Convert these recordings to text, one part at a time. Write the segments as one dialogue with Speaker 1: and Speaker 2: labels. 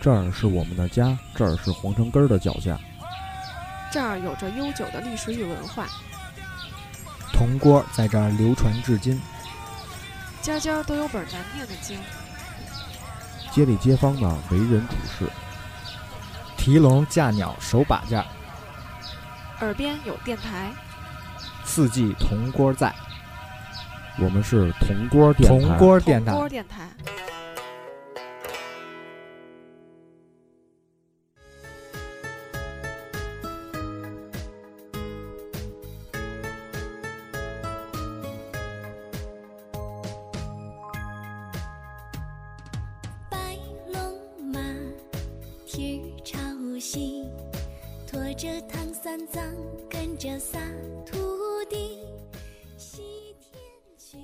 Speaker 1: 这儿是我们的家，这儿是皇城根儿的脚下。
Speaker 2: 这儿有着悠久的历史与文化，
Speaker 3: 铜锅在这儿流传至今。
Speaker 2: 家家都有本难念的经。
Speaker 1: 街里街坊呢，为人处事，
Speaker 3: 提笼架鸟手把件儿，
Speaker 2: 耳边有电台，
Speaker 3: 四季铜锅在。
Speaker 1: 我们是铜锅电台。
Speaker 3: 铜锅电
Speaker 2: 铜
Speaker 3: 台，
Speaker 2: 锅电台。
Speaker 4: 白龙马，蹄儿朝西，驮着唐三藏，跟着仨徒弟，西天取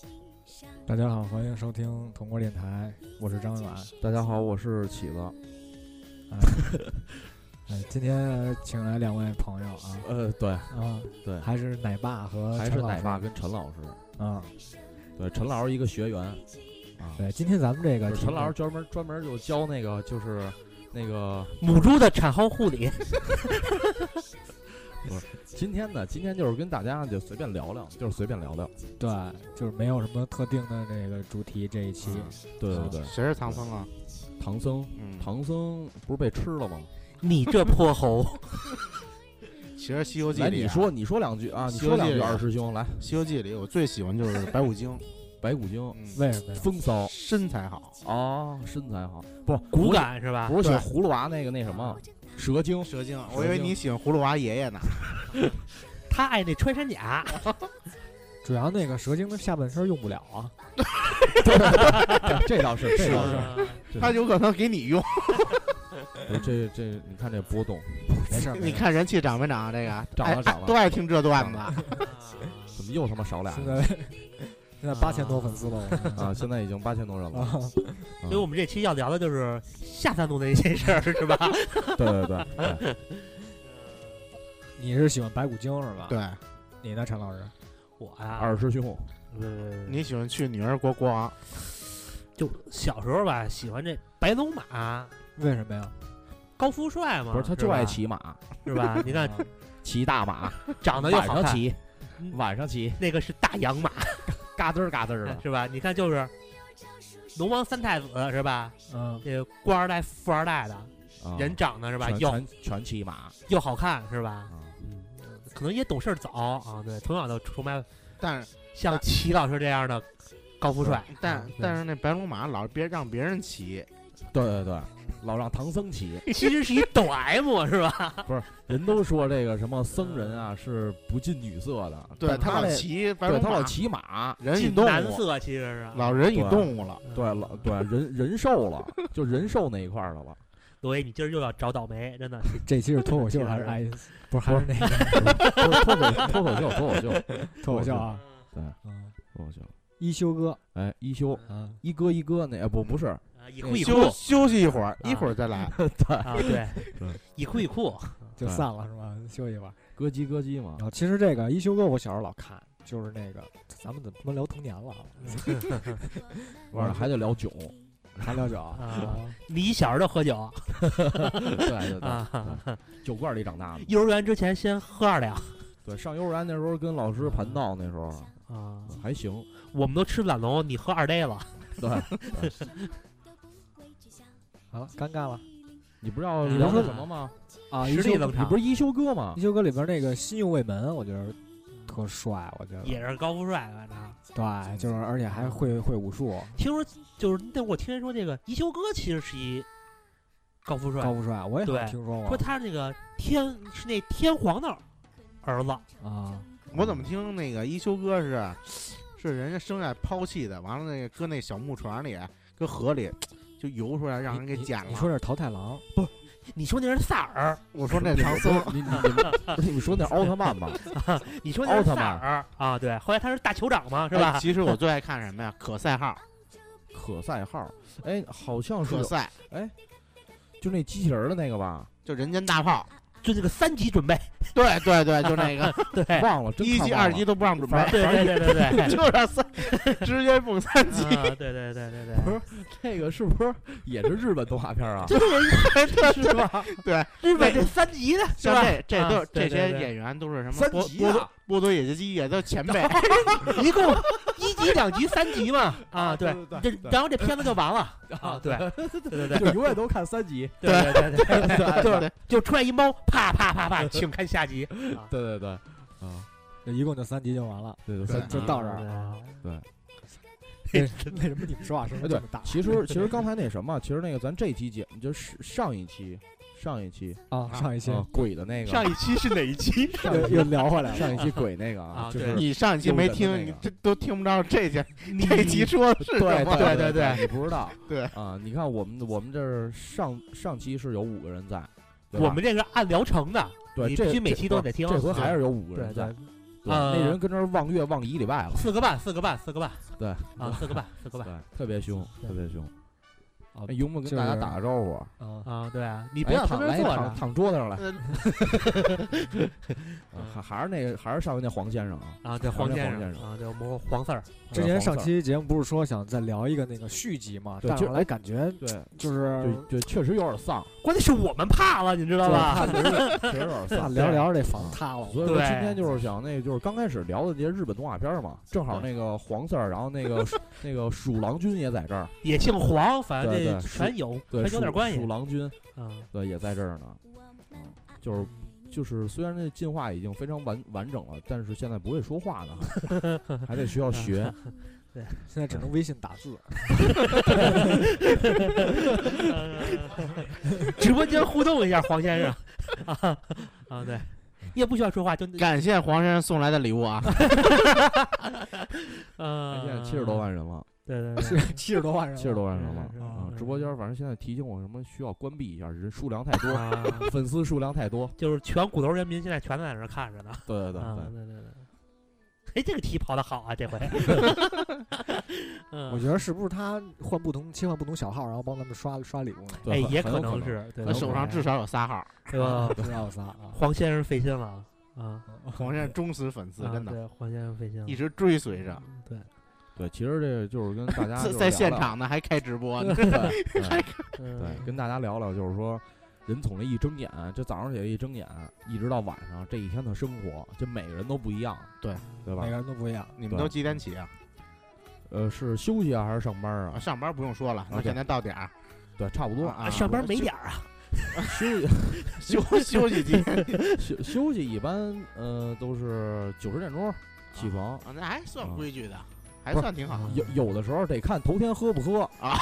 Speaker 4: 经上。
Speaker 3: 大家好，欢迎收听铜锅电台，我是张文婉。啊
Speaker 1: 大家好，我是启子。
Speaker 3: 哎，今天请来两位朋友啊，
Speaker 1: 呃，对
Speaker 3: 啊，
Speaker 1: 对
Speaker 3: 还是奶爸和
Speaker 1: 还
Speaker 3: 呃陈
Speaker 1: 是
Speaker 3: 老
Speaker 1: 奶
Speaker 3: 师
Speaker 1: 爸跟陈老师。
Speaker 3: 啊。
Speaker 1: 对，陈老师一个学员啊。
Speaker 3: 对，今天咱们这个
Speaker 1: 就是
Speaker 3: 题
Speaker 1: 陈
Speaker 3: 目
Speaker 1: 老师专门专门就教那个就是那个
Speaker 5: 母猪的产后护理。
Speaker 1: 今天呢，今天就是跟大家就随便聊聊，就是随便聊聊。
Speaker 3: 对，就是没有什么特定的这个主题这一期。
Speaker 1: 对对
Speaker 3: 啊
Speaker 1: 对，
Speaker 5: 谁是唐僧啊？
Speaker 1: 唐僧，
Speaker 5: 嗯，
Speaker 1: 唐僧不是被吃了吗？
Speaker 5: 你这泼猴！
Speaker 6: 其实《西游记》
Speaker 1: 来，
Speaker 6: 里、啊，
Speaker 1: 你说你说两句啊，你
Speaker 6: 西
Speaker 1: 说
Speaker 6: 游记
Speaker 1: 两句，
Speaker 6: 里啊
Speaker 1: 二师兄来，
Speaker 6: 《西游记》里，我最喜欢就是白骨精，
Speaker 1: 白骨精，
Speaker 6: 嗯，
Speaker 3: 为什么呀？
Speaker 1: 风骚
Speaker 6: 身材好，
Speaker 1: 啊，身材好， 不是
Speaker 5: 骨，感是吧？
Speaker 1: 不是喜欢
Speaker 6: 对
Speaker 1: 葫芦娃那个那什
Speaker 4: 啊
Speaker 1: 么蛇精，
Speaker 6: 蛇精，我以为你喜欢葫芦娃爷爷呢。
Speaker 5: 他爱那穿山
Speaker 1: 啊
Speaker 5: 甲，
Speaker 3: 主要那个蛇精的下半身用不了 啊。
Speaker 1: 这倒是，这倒是，
Speaker 6: 他有可能给你用，
Speaker 1: 哎这这你看这波动，
Speaker 3: 没事儿，
Speaker 6: 你
Speaker 3: 没事儿
Speaker 6: 看人气涨没涨？这个
Speaker 1: 涨了
Speaker 6: 哎哎
Speaker 1: 涨了
Speaker 6: 都爱听这段子。
Speaker 1: 怎么又他妈少俩
Speaker 3: 现
Speaker 1: 人
Speaker 3: 在现在八千多粉丝了，我
Speaker 1: 啊？现在已经八千多人了，嗯
Speaker 3: 啊，
Speaker 5: 所以我们这期要聊的就是下三路那些事儿，是吧？
Speaker 1: 对对哎对对，
Speaker 3: 你是喜欢白骨精是吧？，
Speaker 6: 对，
Speaker 3: 你呢，陈老师？
Speaker 5: 我呀，
Speaker 1: 二师兄，
Speaker 5: 呃
Speaker 6: 你喜欢去女儿国国王，
Speaker 5: 就小时候吧，喜欢这白龙马、
Speaker 3: 为什么呀？
Speaker 5: 高富帅嘛，
Speaker 1: 不是他就
Speaker 5: 啊吧
Speaker 1: 爱，骑马，
Speaker 5: 是吧？你 看
Speaker 3: 啊
Speaker 1: 骑大马，
Speaker 5: 长得又
Speaker 1: 晚
Speaker 5: 好
Speaker 1: 上
Speaker 5: 看，
Speaker 1: 骑，晚上骑，
Speaker 5: 那个是大洋马，
Speaker 1: 嘎吱儿嘎吱儿的，
Speaker 5: 是吧？你看就是龙王三太子是吧？
Speaker 3: 嗯，
Speaker 5: 这官二代、富二代的
Speaker 1: 啊
Speaker 5: 人长得是吧，
Speaker 1: 全
Speaker 5: 又
Speaker 1: 全全骑马，
Speaker 5: 又好看是吧？
Speaker 1: 啊
Speaker 5: 嗯，可能也懂事儿早 啊，对，从小就崇拜
Speaker 6: 但是
Speaker 5: 像齐老师这样的高富 帅，
Speaker 6: 但但是那白龙马老是别让别人骑，
Speaker 1: 对对对，老让唐僧骑，
Speaker 5: 是其实是一抖 M 是 吧？
Speaker 1: 人都说这个什么僧人啊是不近女色的，但
Speaker 6: 他
Speaker 1: 他
Speaker 6: 老
Speaker 1: 那
Speaker 6: 骑白
Speaker 1: 对
Speaker 6: 龙
Speaker 1: 他老
Speaker 6: 马，
Speaker 1: 骑马，
Speaker 6: 人与
Speaker 5: 近
Speaker 6: 动
Speaker 5: 男
Speaker 6: 物，
Speaker 5: 色其实是
Speaker 6: 老人与
Speaker 1: 对
Speaker 6: 动物
Speaker 5: 嗯
Speaker 6: 了。
Speaker 1: 对老对人人兽了，就人兽那一块儿的了。
Speaker 5: 罗威，你今儿又要找倒霉，真的是
Speaker 3: 这期是脱口秀 还是爱？不是还是那个
Speaker 1: 不是脱口脱口秀，脱口秀，
Speaker 3: 脱口秀啊？
Speaker 1: 对，
Speaker 3: 嗯，
Speaker 1: 脱口秀。
Speaker 3: 一休哥
Speaker 1: 哎，一休
Speaker 3: 啊，
Speaker 1: 一哥一哥那哎不不是，
Speaker 5: 啊，一哭一
Speaker 6: 休
Speaker 5: 哭
Speaker 6: 休息一会儿，
Speaker 5: 啊
Speaker 6: 一会儿再来。
Speaker 5: 啊，对
Speaker 1: 对，
Speaker 5: 一哭一哭，
Speaker 3: 就
Speaker 1: 对
Speaker 3: 散了是吧？休息一会儿。
Speaker 1: 咯叽咯叽嘛
Speaker 5: 啊
Speaker 3: 然。后其实这个一休哥，我小时候老看，就是那个咱们怎么他妈聊童年了？啊
Speaker 1: 完了还得聊酒，
Speaker 3: 还聊酒
Speaker 5: 啊？你小时候就喝酒
Speaker 1: 对对对，
Speaker 5: 啊？
Speaker 1: 酒罐里长大 的。
Speaker 5: 幼儿园之前先喝二两
Speaker 1: 对，上幼儿园那时候跟老师盘道，那时候
Speaker 5: 啊，
Speaker 1: 还行。
Speaker 5: 我们都吃懒龙，你喝二呆了，
Speaker 1: 对，
Speaker 3: 好了，尴尬了
Speaker 1: 你不知道
Speaker 5: 嗯
Speaker 1: 聊的什么吗？
Speaker 3: 啊！一
Speaker 5: 实
Speaker 3: 休
Speaker 5: 力
Speaker 3: 哥
Speaker 5: 冷
Speaker 1: 你
Speaker 5: 场
Speaker 1: 不，是一休哥吗
Speaker 3: 一？休哥里边那个新右卫门，我觉得特帅，我觉得
Speaker 5: 也是高富帅，反正
Speaker 3: 对，就是而且还会会武术，
Speaker 5: 听说就是那我听人说这个一休哥其实是一高富帅，
Speaker 3: 高富帅，我也好像
Speaker 5: 对
Speaker 3: 听说
Speaker 5: 说
Speaker 3: 过
Speaker 5: 他那个天是那天皇的儿子，
Speaker 3: 啊。
Speaker 6: 我怎么听那个一休哥是，是人家生下来抛弃的，完了那个搁那小木船里，搁河里就游出来，让人给
Speaker 3: 你
Speaker 6: 捡
Speaker 3: 你说这
Speaker 6: 了。
Speaker 3: 是桃太郎？
Speaker 5: 你说那是萨尔，
Speaker 6: 我说那唐僧，
Speaker 1: 你你你们不是你们说那奥特曼吧？
Speaker 5: 你说那
Speaker 1: 奥
Speaker 5: 是
Speaker 1: 特
Speaker 5: 萨
Speaker 1: 曼
Speaker 5: 尔啊？对，后来他是大酋长嘛，是吧
Speaker 6: 哎？其实我最爱看什么呀？可赛号，
Speaker 1: 可赛号，哎，好像是
Speaker 6: 可赛，
Speaker 1: 就那机器人儿的那个吧？
Speaker 6: 就人间大炮，
Speaker 5: 就那个三级准备，
Speaker 6: 对对对，就那个
Speaker 5: 对，
Speaker 1: 忘了，真
Speaker 6: 一
Speaker 1: 看
Speaker 6: 级、
Speaker 1: 忘
Speaker 6: 二
Speaker 1: 了
Speaker 6: 级都不让准备
Speaker 5: 反，正对对对对 对，
Speaker 6: 就是三， 直接蹦三级。
Speaker 5: 啊，对对对对对
Speaker 1: 不是这个是不是也是日本动画片啊？
Speaker 5: 对，这人是吧？
Speaker 6: 对，
Speaker 5: 日本这三级的，是
Speaker 6: 像
Speaker 5: 吧？
Speaker 6: 这这都
Speaker 5: 啊
Speaker 6: 这
Speaker 5: 对
Speaker 6: 些
Speaker 5: 对对
Speaker 6: 演员都是什么
Speaker 1: 三
Speaker 6: 波
Speaker 1: 级
Speaker 6: 波
Speaker 1: 啊
Speaker 6: 多波多野结衣也都前辈，
Speaker 5: 一共一级、两级、三级嘛， 啊，对，
Speaker 1: 对
Speaker 5: 这
Speaker 1: 对对
Speaker 5: 然后这片子就完了 啊，对， 对对对
Speaker 1: 就永远都看三级。
Speaker 5: 对对对对，
Speaker 6: 对对对，
Speaker 5: 就出来一猫，啪啪啪 啪，请看下集，
Speaker 1: 对对对，啊，
Speaker 3: 就一共就三集就完了。
Speaker 1: 对对
Speaker 6: 对
Speaker 1: 三
Speaker 3: 就
Speaker 1: 级。
Speaker 3: 到这儿
Speaker 5: 啊，
Speaker 3: 为为什么你们说话声音
Speaker 1: 哎
Speaker 3: 这
Speaker 1: 对
Speaker 3: 么大？
Speaker 1: 其 实其实刚才那什么，其实那个咱这期节目就是上一期，上一期
Speaker 3: 啊，上一期
Speaker 1: 啊鬼的那个，
Speaker 5: 一期是哪一期？
Speaker 3: 又又聊回来了。
Speaker 1: 上一 期鬼那个
Speaker 5: 啊
Speaker 1: 就
Speaker 5: 对
Speaker 1: 是
Speaker 6: 你上一期没听，你这都听不着这节这集说的是
Speaker 1: 对
Speaker 6: 什么？
Speaker 1: 对
Speaker 5: 对
Speaker 1: 对，
Speaker 5: 对
Speaker 1: 你不知道
Speaker 6: 对
Speaker 1: 啊？你看我们我们这儿上上期是有五个人在，对吧
Speaker 5: 我们这个按疗程的，
Speaker 1: 对
Speaker 5: 你
Speaker 1: 这
Speaker 5: 必须每
Speaker 1: 这
Speaker 5: 期都得听啊
Speaker 1: 这回还是有五个
Speaker 5: 对
Speaker 1: 人在
Speaker 5: 对，，
Speaker 1: 对
Speaker 5: 啊
Speaker 1: 那人跟这儿望月望一礼拜了，
Speaker 5: 四个半，四个半，四个半，
Speaker 1: 对
Speaker 5: 啊，四个半，四个
Speaker 1: 对
Speaker 5: 半，，
Speaker 1: 特别凶，
Speaker 5: 对
Speaker 1: 特别凶。
Speaker 3: 啊
Speaker 1: 哎，勇猛跟大家
Speaker 3: 就是
Speaker 1: 打个招呼，
Speaker 3: 啊，
Speaker 5: 啊，对啊，你
Speaker 1: 你
Speaker 5: 不要
Speaker 1: 哎躺
Speaker 5: 在
Speaker 1: 来
Speaker 5: 那坐
Speaker 1: 躺
Speaker 5: 着，
Speaker 1: 躺桌子上来，
Speaker 6: 呃
Speaker 1: 啊还还是那个还是上回那黄先生啊，
Speaker 5: 啊，对，
Speaker 1: 黄
Speaker 5: 黄
Speaker 1: 先
Speaker 5: 先
Speaker 1: 生
Speaker 5: 生啊，对，我们黄 Sir，
Speaker 3: 之
Speaker 1: 对
Speaker 3: 前
Speaker 1: 黄
Speaker 3: 上
Speaker 1: Sir
Speaker 3: 期节目不是说想再聊一个那个续集嘛？
Speaker 1: 对
Speaker 3: 但
Speaker 1: 就是
Speaker 3: 后来感觉
Speaker 1: 对。
Speaker 3: 就是
Speaker 5: 嗯
Speaker 1: 就就确实有点丧，
Speaker 5: 关键是我们怕了，你知道吧？
Speaker 1: 确实有点
Speaker 3: 怕
Speaker 1: 丧。
Speaker 3: 聊着聊着这
Speaker 1: 啊
Speaker 3: 房塌了。
Speaker 1: 所以说
Speaker 5: 对
Speaker 1: 今天就是想那个，就是刚开始聊的这些日本动画片嘛，正好
Speaker 5: 对
Speaker 1: 那个黄四儿，然后那个 那个鼠狼君也在这儿，
Speaker 5: 也姓黄，反正
Speaker 1: 对
Speaker 5: 这
Speaker 1: 对是
Speaker 5: 全有，
Speaker 1: 对，
Speaker 5: 全有点
Speaker 1: 鼠
Speaker 5: 关系
Speaker 1: 鼠狼君
Speaker 5: 啊。
Speaker 1: 对也在这儿呢，嗯就是就是虽然那进化已经非常完完整了，但是现在不会说话呢，还得需要 学。
Speaker 3: 现在只能微信打 字，
Speaker 5: 直播间互动一下，黄先生 啊啊， 对，你也不需要说话，就
Speaker 6: 感谢黄先生送来的礼 物啊！
Speaker 5: 呃
Speaker 1: 现在七十多，万人了，
Speaker 5: 对对对，
Speaker 3: 是七十多万人了，
Speaker 1: 七十多万人了
Speaker 5: 是是
Speaker 1: 啊！
Speaker 5: 是
Speaker 1: 直播间反正现在提醒我什么需要关闭一下，人数量太多，
Speaker 5: 啊，
Speaker 1: 粉丝数量太多。
Speaker 5: 就是全骨头人民现在全在那儿看着呢，
Speaker 1: 对对对
Speaker 5: 啊，
Speaker 1: 对，
Speaker 5: 对对对。 哎，这个题刨的好啊，这 回。嗯
Speaker 3: 我觉得是不是他换不同切换不同小号，然后帮他们刷刷礼物呢？
Speaker 1: 对
Speaker 5: 哎，
Speaker 1: 很
Speaker 5: 也
Speaker 1: 很有
Speaker 5: 能
Speaker 1: 能
Speaker 5: 是，对
Speaker 6: 我手上至
Speaker 5: 至
Speaker 6: 少有 仨号，
Speaker 5: 对吧？
Speaker 3: 不知道仨啊。
Speaker 5: 黄先生费心了啊，
Speaker 1: 哦
Speaker 6: 黄先生忠实粉丝，
Speaker 5: 啊
Speaker 6: 真的
Speaker 5: 对，黄先生费心了，嗯
Speaker 6: 一直追随着。
Speaker 5: 对，
Speaker 1: 对，其实这个就是跟大家
Speaker 6: 在
Speaker 1: 就是
Speaker 6: 在
Speaker 1: 聊
Speaker 6: 现
Speaker 1: 聊
Speaker 6: 场呢，还开直 播呢，
Speaker 1: 对 对对，
Speaker 5: 对
Speaker 1: 跟大家聊聊，就是说，人从这一睁眼，这早上起来一睁眼，一直到晚上这一天的生活，这每个人都不一样，
Speaker 6: 对
Speaker 1: 对吧
Speaker 3: 每个？人都不一样，
Speaker 6: 你们都几点起啊？
Speaker 1: 呃，是休息啊还是上班
Speaker 6: 啊，
Speaker 1: 啊？
Speaker 6: 上班不用说了，那
Speaker 1: OK
Speaker 6: 现在到点 儿
Speaker 1: 对，差不多
Speaker 6: 啊
Speaker 5: 上班没点儿啊，
Speaker 1: 休息
Speaker 6: 休休息 几天
Speaker 1: 休休息一般呃都是九十点钟起床，
Speaker 6: 啊，那还算
Speaker 1: 啊
Speaker 6: 规矩 的，还
Speaker 1: 不是
Speaker 6: 算挺好。
Speaker 1: 有有的时候得看头天喝不喝
Speaker 6: 啊，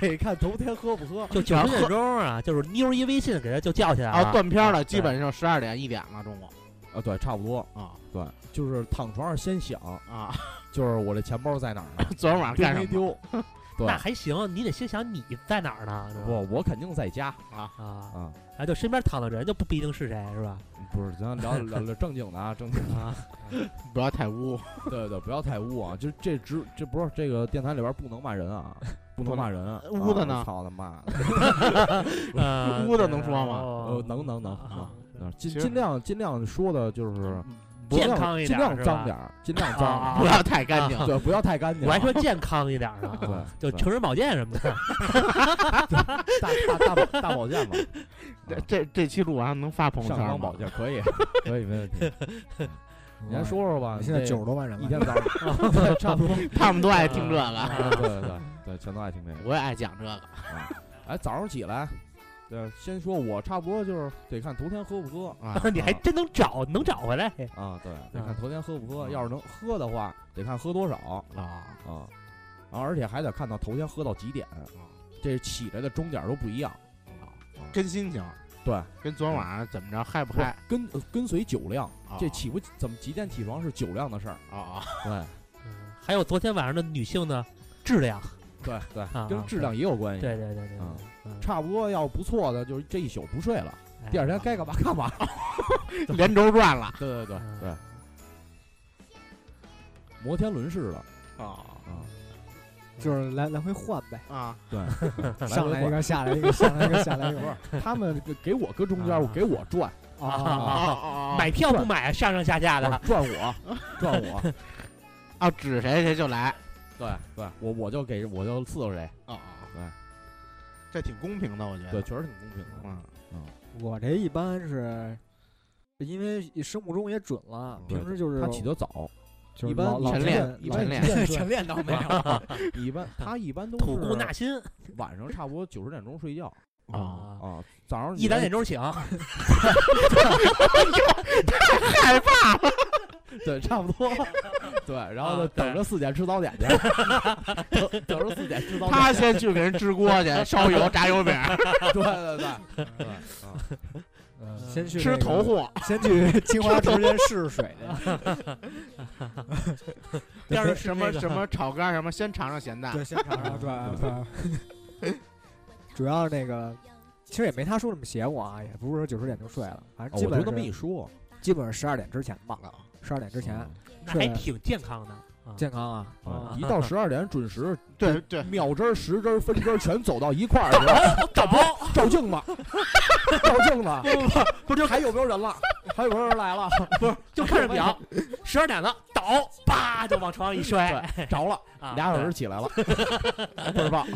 Speaker 1: 得看头天喝不喝。
Speaker 5: 就九十点钟啊，就是妞儿一微信给他就叫起来
Speaker 6: 啊，
Speaker 5: 了，
Speaker 6: 断片儿了，
Speaker 5: 啊
Speaker 6: 基本上十二点一点了，中午
Speaker 1: 啊，对，差不多，
Speaker 6: 啊
Speaker 1: 对，就是躺床上先想，
Speaker 6: 啊，
Speaker 1: 就是我这钱包在哪儿呢？
Speaker 6: 昨天晚上
Speaker 1: 丢
Speaker 6: 干
Speaker 1: 没
Speaker 6: 什么
Speaker 1: 丢？对
Speaker 5: 那，还行，你得先想你在哪儿呢，是吧
Speaker 1: 不，我肯定在家
Speaker 5: 啊，
Speaker 1: 啊。
Speaker 5: 哎，就身边躺的人就不不一定是谁，是吧？
Speaker 1: 不是，咱聊聊聊正经的啊，正经的。
Speaker 5: 啊，
Speaker 6: 不要太污，
Speaker 1: 对对对，不要太污啊！就这只这不是这个电台里边不能骂人啊，不能骂人啊。
Speaker 6: 不能污的呢
Speaker 1: 啊操他妈的！
Speaker 5: 呃
Speaker 6: 污的能说吗
Speaker 5: 哦
Speaker 1: 呃，能能能
Speaker 5: 啊
Speaker 1: 啊尽
Speaker 6: 其实
Speaker 1: 尽量尽量说的就是
Speaker 5: 嗯健
Speaker 1: 尽量
Speaker 5: 康一
Speaker 1: 尽
Speaker 5: 点
Speaker 1: 量
Speaker 5: 是
Speaker 1: 脏
Speaker 5: 吧
Speaker 1: 点儿，尽量
Speaker 5: 啊
Speaker 1: 脏，
Speaker 6: 不要太干净。
Speaker 1: 对，不要太干净。
Speaker 5: 我还说健康一点儿呢
Speaker 1: 对
Speaker 5: 啊，就
Speaker 1: 对
Speaker 5: 成人保健什么的，
Speaker 1: 大大大保大保健嘛，
Speaker 6: 这这这期录完能发朋友
Speaker 1: 上
Speaker 6: 圈吗
Speaker 1: 方保健可以，可以没问题。你先说说吧，
Speaker 3: 嗯现在
Speaker 1: 这
Speaker 3: 九十多万人了，
Speaker 1: 一 天早上差 不多。
Speaker 6: 他们都 爱听这
Speaker 5: 啊
Speaker 6: 个，
Speaker 1: 对对对对，全都爱听这个。
Speaker 6: 我也爱讲 这个。
Speaker 1: 哎，早上起来，对，先说我差不多就是得看头天喝不喝
Speaker 6: 啊
Speaker 5: 你还真能找，能找回来。
Speaker 1: 啊，对，得
Speaker 5: 啊
Speaker 1: 看头天喝不喝，
Speaker 6: 啊
Speaker 1: 要是能喝的话，得看喝多少
Speaker 6: 啊，
Speaker 1: 啊，然后而且还得看到头天喝到几点，这起来的钟点儿都不一样，
Speaker 6: 跟心情，
Speaker 1: 对，
Speaker 6: 跟昨晚上怎么着嗨不嗨？
Speaker 1: 跟呃跟随酒量，
Speaker 6: 啊
Speaker 1: 这起不怎么几点起床是酒量的事儿，
Speaker 6: 啊
Speaker 1: 对
Speaker 5: 嗯还有昨天晚上的女性的质量，
Speaker 1: 对
Speaker 5: 啊
Speaker 1: 对，跟质量也有关系。
Speaker 5: 对对对对对
Speaker 1: 啊，
Speaker 5: 嗯
Speaker 1: 差不多要不错的，就是这一宿不睡了，
Speaker 5: 哎
Speaker 1: 第二天该干嘛干嘛。
Speaker 6: 啊，连轴转了
Speaker 1: 对对对
Speaker 5: 嗯
Speaker 1: 对，摩天轮式的
Speaker 6: 啊
Speaker 1: 啊，
Speaker 3: 就是来来回换呗，
Speaker 6: 啊，
Speaker 1: 对，
Speaker 3: 上来
Speaker 1: 来
Speaker 3: 一个，下来一个，上来一个，下来 一个
Speaker 1: 个，他们给我搁中间，我给我 转，
Speaker 3: 啊，
Speaker 6: 啊
Speaker 5: 买票不买，上上下
Speaker 1: 哎
Speaker 5: 下的，
Speaker 1: 转 我，转我，
Speaker 6: 啊，指谁谁就来
Speaker 1: 对对，我我就给我就伺候谁，
Speaker 6: 啊啊，对，这挺公平的，我觉得。
Speaker 1: 对，确实挺公平的。
Speaker 6: 嗯，
Speaker 3: 我这一般是。因为生物钟也准了，
Speaker 1: 嗯
Speaker 6: 对
Speaker 3: 平时就是
Speaker 1: 他起得早，
Speaker 3: 就是
Speaker 1: 一般
Speaker 3: 老老
Speaker 6: 晨
Speaker 3: 几
Speaker 6: 练
Speaker 3: 点
Speaker 1: 一
Speaker 3: 老
Speaker 1: 般
Speaker 3: 几
Speaker 6: 晨
Speaker 3: 点
Speaker 1: 练
Speaker 3: 睡
Speaker 5: 晨练倒没有，
Speaker 1: 啊 一般他一般都
Speaker 5: 吐故
Speaker 1: 是
Speaker 5: 纳新
Speaker 1: 晚上差不多九十点钟睡觉
Speaker 6: 啊，
Speaker 1: 啊，早上
Speaker 5: 一两点
Speaker 1: 钟
Speaker 5: 钟醒，
Speaker 1: 对，差不 多对，然后呢
Speaker 5: 啊对
Speaker 1: 等着四点吃早 点去，等等着四点吃早点，
Speaker 6: 他先去给人支锅去，烧油炸油饼，
Speaker 1: 对对对， 啊
Speaker 3: 嗯先去
Speaker 6: 吃
Speaker 3: 那个
Speaker 6: 头货，
Speaker 3: 先去清华直接试水去，
Speaker 5: 第二
Speaker 6: 什么什么炒肝什么，先尝尝咸蛋
Speaker 3: 对，。先尝尝，对对。主要那个其实也没他说那么邪乎啊，也不是说九十点就睡了，反正
Speaker 1: 哦我
Speaker 3: 基
Speaker 1: 就
Speaker 3: 本
Speaker 1: 这么
Speaker 3: 是
Speaker 1: 一说，啊哦
Speaker 3: 基本上十二点之前吧，十二点之前
Speaker 5: 那还挺健康的，啊
Speaker 3: 健康啊，
Speaker 1: 啊
Speaker 5: 啊，
Speaker 1: 一到十二点准时，
Speaker 6: 对对，
Speaker 1: 秒针儿、时针儿、分针儿全走到一块儿去，
Speaker 5: 哎找不
Speaker 1: 照镜 子，照镜子，不是还有没有人了？还有没有人来了？
Speaker 5: 就看着表，十二点了，倒，叭就往床上一摔，
Speaker 1: 着了，
Speaker 5: 啊
Speaker 1: 俩小时起 来了，倍儿棒！